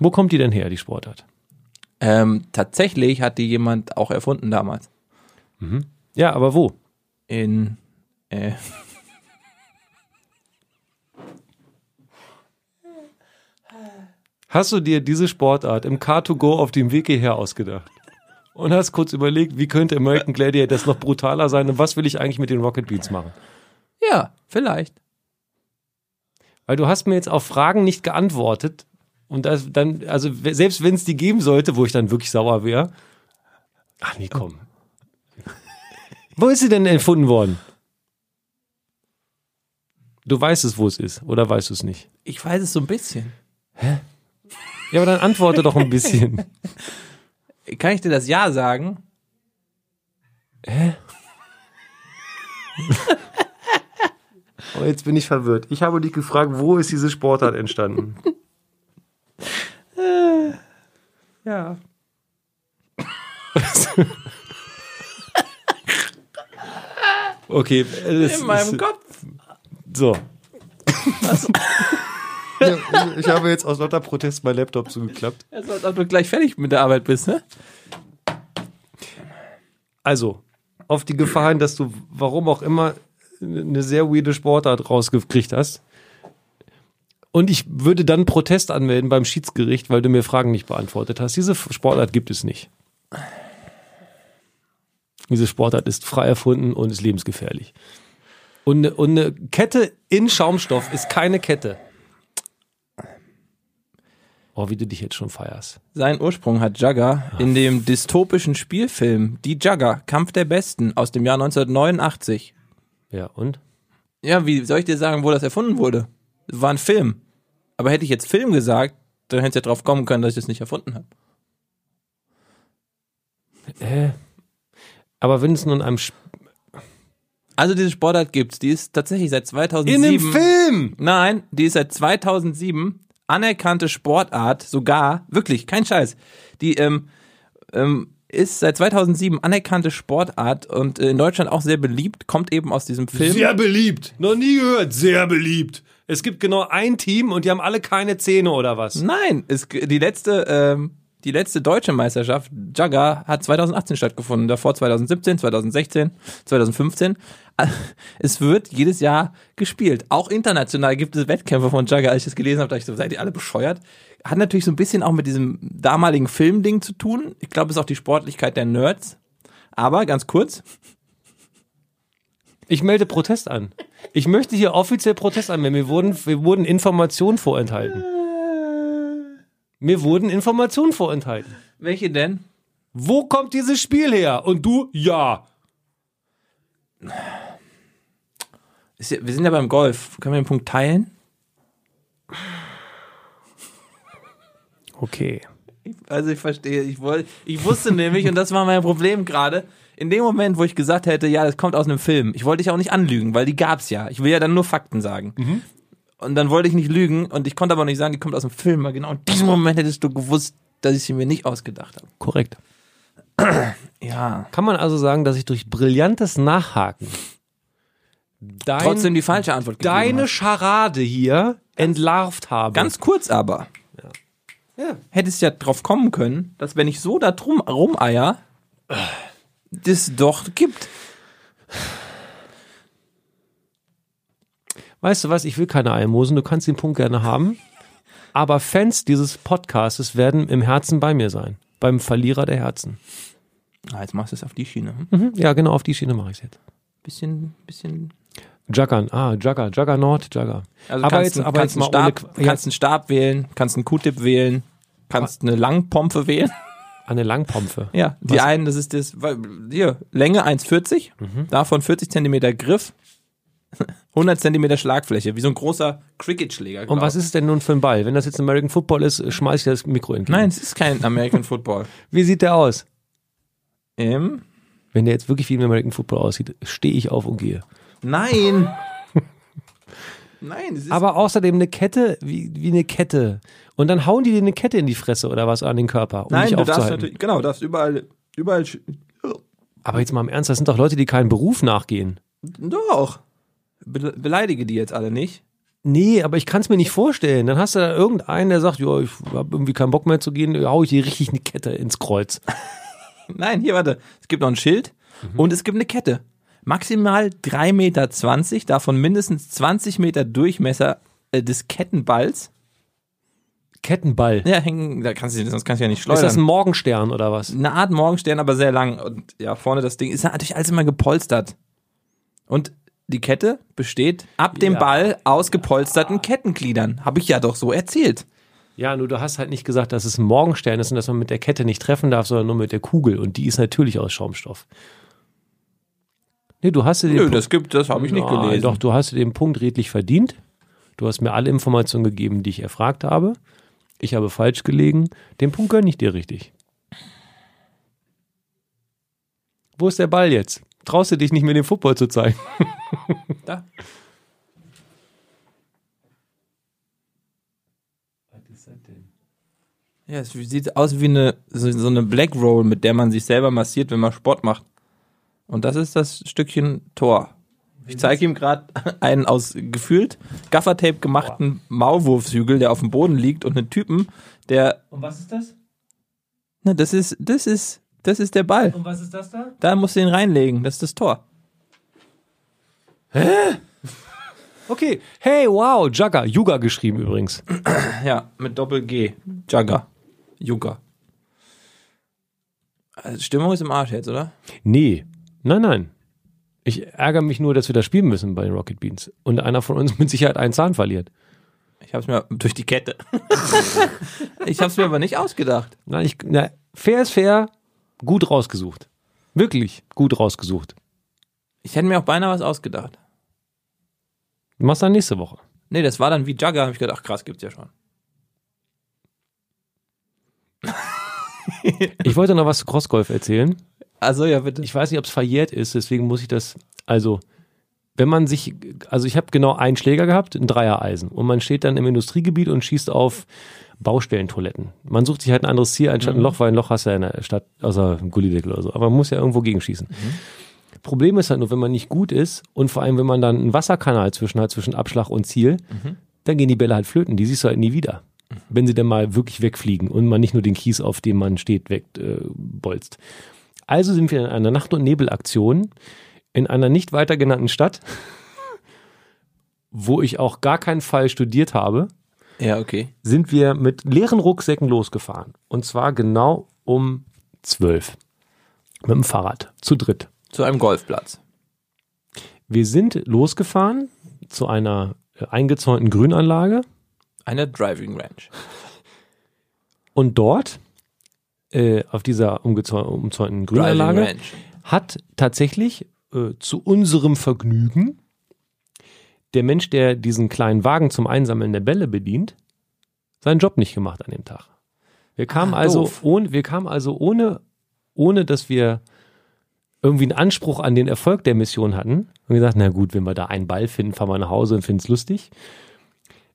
Wo kommt die denn her, die Sportart?
Ähm, tatsächlich hat die jemand auch erfunden damals.
Ja, aber wo?
In, äh,
Hast du dir diese Sportart im Car2Go auf dem Weg hierher ausgedacht? Und hast kurz überlegt, wie könnte American Gladiator das noch brutaler sein und was will ich eigentlich mit den Rocket Beats machen?
ja, vielleicht.
Weil du hast mir jetzt auf Fragen nicht geantwortet und das dann, also w- selbst wenn es die geben sollte, wo ich dann wirklich sauer wäre. Ach nee, komm. wo ist sie denn erfunden worden? Du weißt es, wo es ist, oder weißt du es nicht?
Ich weiß es so ein bisschen.
Ja, aber dann antworte doch ein bisschen.
Kann ich dir das Ja sagen?
<laughs> Aber jetzt bin ich verwirrt. Ich habe dich gefragt, wo ist diese Sportart entstanden?
Ja.
Okay, äh, das
In
<laughs>
meinem
ist,
Kopf.
so. ja, ich habe jetzt aus lauter Protest mein Laptop zugeklappt.
Es ist, als ob du gleich fertig mit der Arbeit bist, ne?
Also, auf die Gefahr hin, dass du, warum auch immer, eine sehr weirde Sportart rausgekriegt hast. Und ich würde dann Protest anmelden beim Schiedsgericht, weil du mir Fragen nicht beantwortet hast. Diese Sportart gibt es nicht. Diese Sportart ist frei erfunden und ist lebensgefährlich. Und, ne- und eine Kette in Schaumstoff ist keine Kette. Oh, wie du dich jetzt schon feierst.
Seinen Ursprung hat Jagger in dem dystopischen Spielfilm Die Jagger, Kampf der Besten aus dem Jahr 1989.
Ja, und?
Ja, wie soll ich dir sagen, wo das erfunden wurde? War ein Film. Aber hätte ich jetzt Film gesagt, dann hättest du ja drauf kommen können, dass ich das nicht erfunden habe.
Äh. Aber wenn es nun einem Sp
Also diese Sportart gibt's, die ist tatsächlich seit 2007.
Film!
Nein, die ist seit 2007 anerkannte Sportart, sogar, wirklich, kein Scheiß. Die ähm, ähm, ist seit 2007 anerkannte Sportart und äh, in Deutschland auch sehr beliebt, kommt eben aus diesem Film.
Sehr beliebt. Noch nie gehört. Sehr beliebt. Es gibt genau ein Team und die haben alle keine Zähne oder was?
Nein, es, die letzte ähm, die letzte deutsche Meisterschaft Jagger hat 2018 stattgefunden, davor 2017, 2016, 2015. <laughs> Es wird jedes Jahr gespielt. Auch international gibt es Wettkämpfe von Jagger. Als ich das gelesen habe, dachte ich so, seid ihr alle bescheuert? Hat natürlich so ein bisschen auch mit diesem damaligen Filmding zu tun. Ich glaube, es ist auch die Sportlichkeit der Nerds. Aber ganz kurz,
Ich melde Protest an. Ich möchte hier offiziell Protest anmelden. Mir wurden, mir wurden Informationen vorenthalten. Mir wurden Informationen vorenthalten.
welche denn?
Wo kommt dieses Spiel her? Und du? Ja.
Ist ja- Wir sind ja beim Golf. Können wir den Punkt teilen?
Okay.
Also ich verstehe, ich wollte, ich wusste nämlich, und das war mein Problem gerade, in dem Moment, wo ich gesagt hätte, ja, das kommt aus einem Film, ich wollte dich auch nicht anlügen, weil die gab's ja. Ich will ja dann nur Fakten sagen. Und dann wollte ich nicht lügen und ich konnte aber nicht sagen, die kommt aus einem Film, weil genau in diesem Moment hättest du gewusst, dass ich sie mir nicht ausgedacht habe.
Korrekt.
Ja.
Kann man also sagen, dass ich durch brillantes Nachhaken dein,
Trotzdem die falsche Antwort gegeben
deine
hast.
Scharade hier entlarvt habe?
Ganz kurz aber.
Ja.
Hättest ja drauf kommen können, dass wenn ich so da drum rumeier, das doch gibt.
Weißt du was, ich will keine Almosen, du kannst den Punkt gerne haben. Aber Fans dieses Podcastes werden im Herzen bei mir sein. Beim Verlierer der Herzen.
Ah, jetzt machst du es auf die Schiene. Hm?
Mhm, ja, genau, auf die Schiene mache ich es jetzt.
Bisschen, bisschen
Juggern, ah, Jugger, Juggernaut, Jugger.
Also
aber
kannst
jetzt,
einen-
aber
kannst
jetzt mal
einen Stab,
ohne, Qu-
kannst einen Stab wählen, kannst einen Q-Tip wählen, kannst eine Langpompe
<laughs>
wählen.
eine Langpompe.
Ja, die einen, das ist das weil- hier Länge 1,40,
Mhm.
davon 40 Zentimeter Griff, <laughs> 100 Zentimeter Schlagfläche, wie so ein großer Cricketschläger. glaub.
Und was ist es denn nun für ein Ball? Wenn das jetzt American Football ist, schmeiß ich das Mikro entgegen.
Nein, es ist kein
<laughs>
American Football.
Wie sieht der aus?
Ähm,
Wenn der jetzt wirklich wie im American Football aussieht, stehe ich auf und gehe.
nein. <laughs> Nein, es ist
Aber außerdem eine Kette, wie, wie eine Kette. Und dann hauen die dir eine Kette in die Fresse oder was an den Körper, um
nein,
dich
du darfst
aufzuhalten.
natürlich, genau, du darfst überall überall sch-
Aber jetzt mal im Ernst, das sind doch Leute, die keinen Beruf nachgehen.
doch. Be beleidige die jetzt alle nicht.
Nee, aber ich kann es mir nicht vorstellen. Dann hast du da irgendeinen, der sagt, ja, ich habe irgendwie keinen Bock mehr zu gehen, ja, hau ich dir richtig eine Kette ins Kreuz.
Nein, hier, warte. Es gibt noch ein Schild
Mhm.
und es gibt eine Kette. Maximal 3,20 Meter, davon mindestens 20 Meter Durchmesser äh, des Kettenballs.
Kettenball.
Ja, hängen, da kannst du, sonst kannst du ja nicht
Ist
schleudern.
das ein Morgenstern oder was?
eine Art Morgenstern, aber sehr lang. Und ja, vorne das Ding ist natürlich alles immer gepolstert. Und die Kette besteht ab dem
Ja.
Ball aus gepolsterten Kettengliedern. Habe ich ja doch so erzählt.
Ja, nur du hast halt nicht gesagt, dass es ein Morgenstern ist und dass man mit der Kette nicht treffen darf, sondern nur mit der Kugel. Und die ist natürlich aus Schaumstoff. Nee, du hast dir den
Nö,
Punkt-
das gibt, das habe ich nicht
Nein,
gelesen.
Doch, du hast dir den Punkt redlich verdient. Du hast mir alle Informationen gegeben, die ich erfragt habe. Ich habe falsch gelegen. Den Punkt gönne ich dir richtig. Wo ist der Ball jetzt? Traust du dich nicht mehr den Football zu zeigen?
Da. Ja, es sieht aus wie eine, so, so eine Black Roll, mit der man sich selber massiert, wenn man Sport macht. Und das ist das Stückchen Tor. Ich zeige ihm gerade <laughs> einen aus gefühlt Gaffertape gemachten Maulwurfshügel, der auf dem Boden liegt und einen Typen, der.
Und was ist das?
Ne, das ist, das ist, das ist der Ball.
Und was ist das da?
Da musst du ihn reinlegen. Das ist das Tor.
Okay. Hey, wow, Jugger. Juga geschrieben übrigens.
Ja, mit Doppel-G. Jugger. Jugger. Also Stimmung ist im Arsch jetzt, oder?
Nee. Nein, nein. <laughs> Ich ärgere mich nur, dass wir das spielen müssen bei den Rocket Beans. Und einer von uns mit Sicherheit einen Zahn verliert.
Ich habe es mir <laughs> durch die Kette. ich habe es mir aber nicht ausgedacht.
Na, ich, na, fair ist fair, gut rausgesucht. Wirklich gut rausgesucht.
Ich hätte mir auch beinahe was ausgedacht.
Du machst dann nächste Woche.
Nee, das war dann wie Jugger, habe ich gedacht, ach krass, gibt's ja schon.
Ich wollte noch was zu Crossgolf erzählen.
Also ja, bitte.
Ich weiß nicht, ob es verjährt ist, deswegen muss ich das. Also, wenn man sich. Also, ich habe genau einen Schläger gehabt, ein Dreiereisen. Und man steht dann im Industriegebiet und schießt auf Baustellentoiletten. Man sucht sich halt ein anderes Ziel, anstatt ein Loch, weil ein Loch hast du ja in der Stadt, außer einem Gullideckel oder so. Aber man muss ja irgendwo gegenschießen. Problem ist halt nur, wenn man nicht gut ist und vor allem, wenn man dann einen Wasserkanal zwischen hat, zwischen Abschlag und Ziel, dann gehen die Bälle halt flöten. Die siehst du halt nie wieder. Wenn sie denn mal wirklich wegfliegen und man nicht nur den Kies, auf dem man steht, wegbolzt. Äh, bolzt. also sind wir in einer Nacht- und Nebelaktion in einer nicht weiter genannten Stadt, wo ich auch gar keinen Fall studiert habe
ja, okay.
sind wir mit leeren Rucksäcken losgefahren. Und zwar genau um zwölf. Mit dem Fahrrad. Zu dritt.
Zu einem Golfplatz.
Wir sind losgefahren zu einer äh, eingezäunten Grünanlage
Eine Driving Range.
und dort äh, auf dieser umgezäun- umzäunten Grünanlage
Range.
hat tatsächlich äh, zu unserem Vergnügen der Mensch, der diesen kleinen Wagen zum Einsammeln der Bälle bedient, seinen Job nicht gemacht an dem Tag. Wir kamen
Ah,
also
doof.
ohne, wir kamen also ohne, ohne, dass wir irgendwie einen Anspruch an den Erfolg der Mission hatten und gesagt, na gut, wenn wir da einen Ball finden, fahren wir nach Hause und finden es lustig.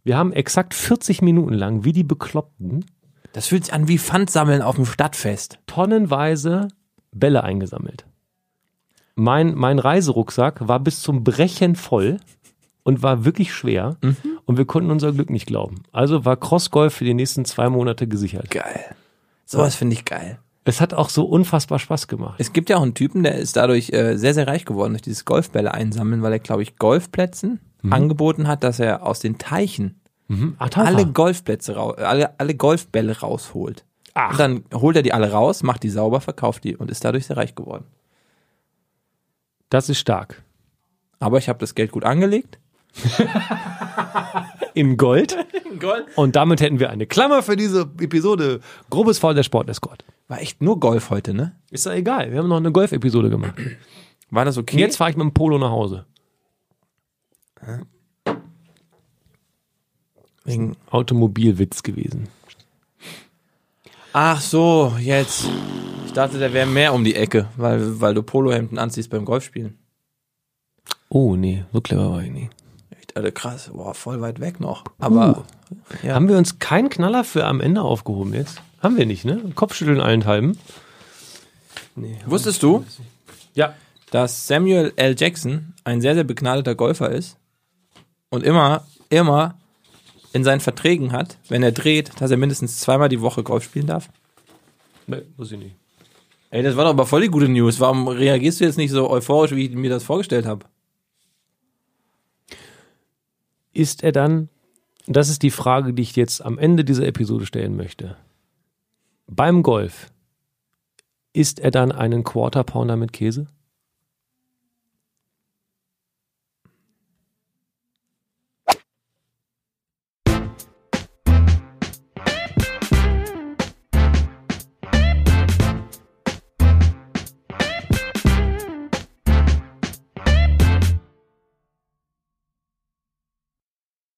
Wir haben exakt 40 Minuten lang, wie die Bekloppten,
Das fühlt sich an wie Pfandsammeln auf dem Stadtfest.
tonnenweise Bälle eingesammelt. Mein, mein Reiserucksack war bis zum Brechen voll und war wirklich schwer und wir konnten unser Glück nicht glauben. Also war Crossgolf für die nächsten zwei Monate gesichert.
Geil. Sowas finde ich geil.
Es hat auch so unfassbar Spaß gemacht.
Es gibt ja auch einen Typen, der ist dadurch äh, sehr, sehr reich geworden durch dieses Golfbälle einsammeln, weil er, glaube ich, Golfplätzen angeboten hat, dass er aus den Teichen
Ach,
alle Golfplätze rau- äh, alle, alle Golfbälle rausholt.
Ach.
Und dann holt er die alle raus, macht die sauber, verkauft die und ist dadurch sehr reich geworden.
das ist stark.
Aber ich habe das Geld gut angelegt.
In Gold. Und damit hätten wir eine Klammer für diese Episode. Grobes Foul der Sportescort.
War echt nur Golf heute, ne?
Ist ja egal. Wir haben noch eine Golf-Episode gemacht.
War das okay?
Und jetzt fahre ich mit dem Polo nach Hause.
Wegen
Automobilwitz gewesen.
Ach so, jetzt. Ich dachte, der wäre mehr um die Ecke, weil, weil du Polohemden anziehst beim Golfspielen.
Oh, nee. So clever war ich nie.
Echt, Alter, krass. Boah, voll weit weg noch. Aber ja.
Haben wir uns keinen Knaller für am Ende aufgehoben jetzt? Haben wir nicht, ne? Kopfschütteln allenthalben.
wusstest du,
Ja.
dass Samuel L. Jackson ein sehr, sehr begnadeter Golfer ist und immer, immer in seinen Verträgen hat, wenn er dreht, dass er mindestens zweimal die Woche Golf spielen darf?
Nee, muss ich nicht.
Ey, das war doch aber voll die gute News. Warum reagierst du jetzt nicht so euphorisch, wie ich mir das vorgestellt habe?
Ist er dann, das ist die Frage, die ich jetzt am Ende dieser Episode stellen möchte. Beim Golf, ist er dann einen Quarter Pounder mit Käse?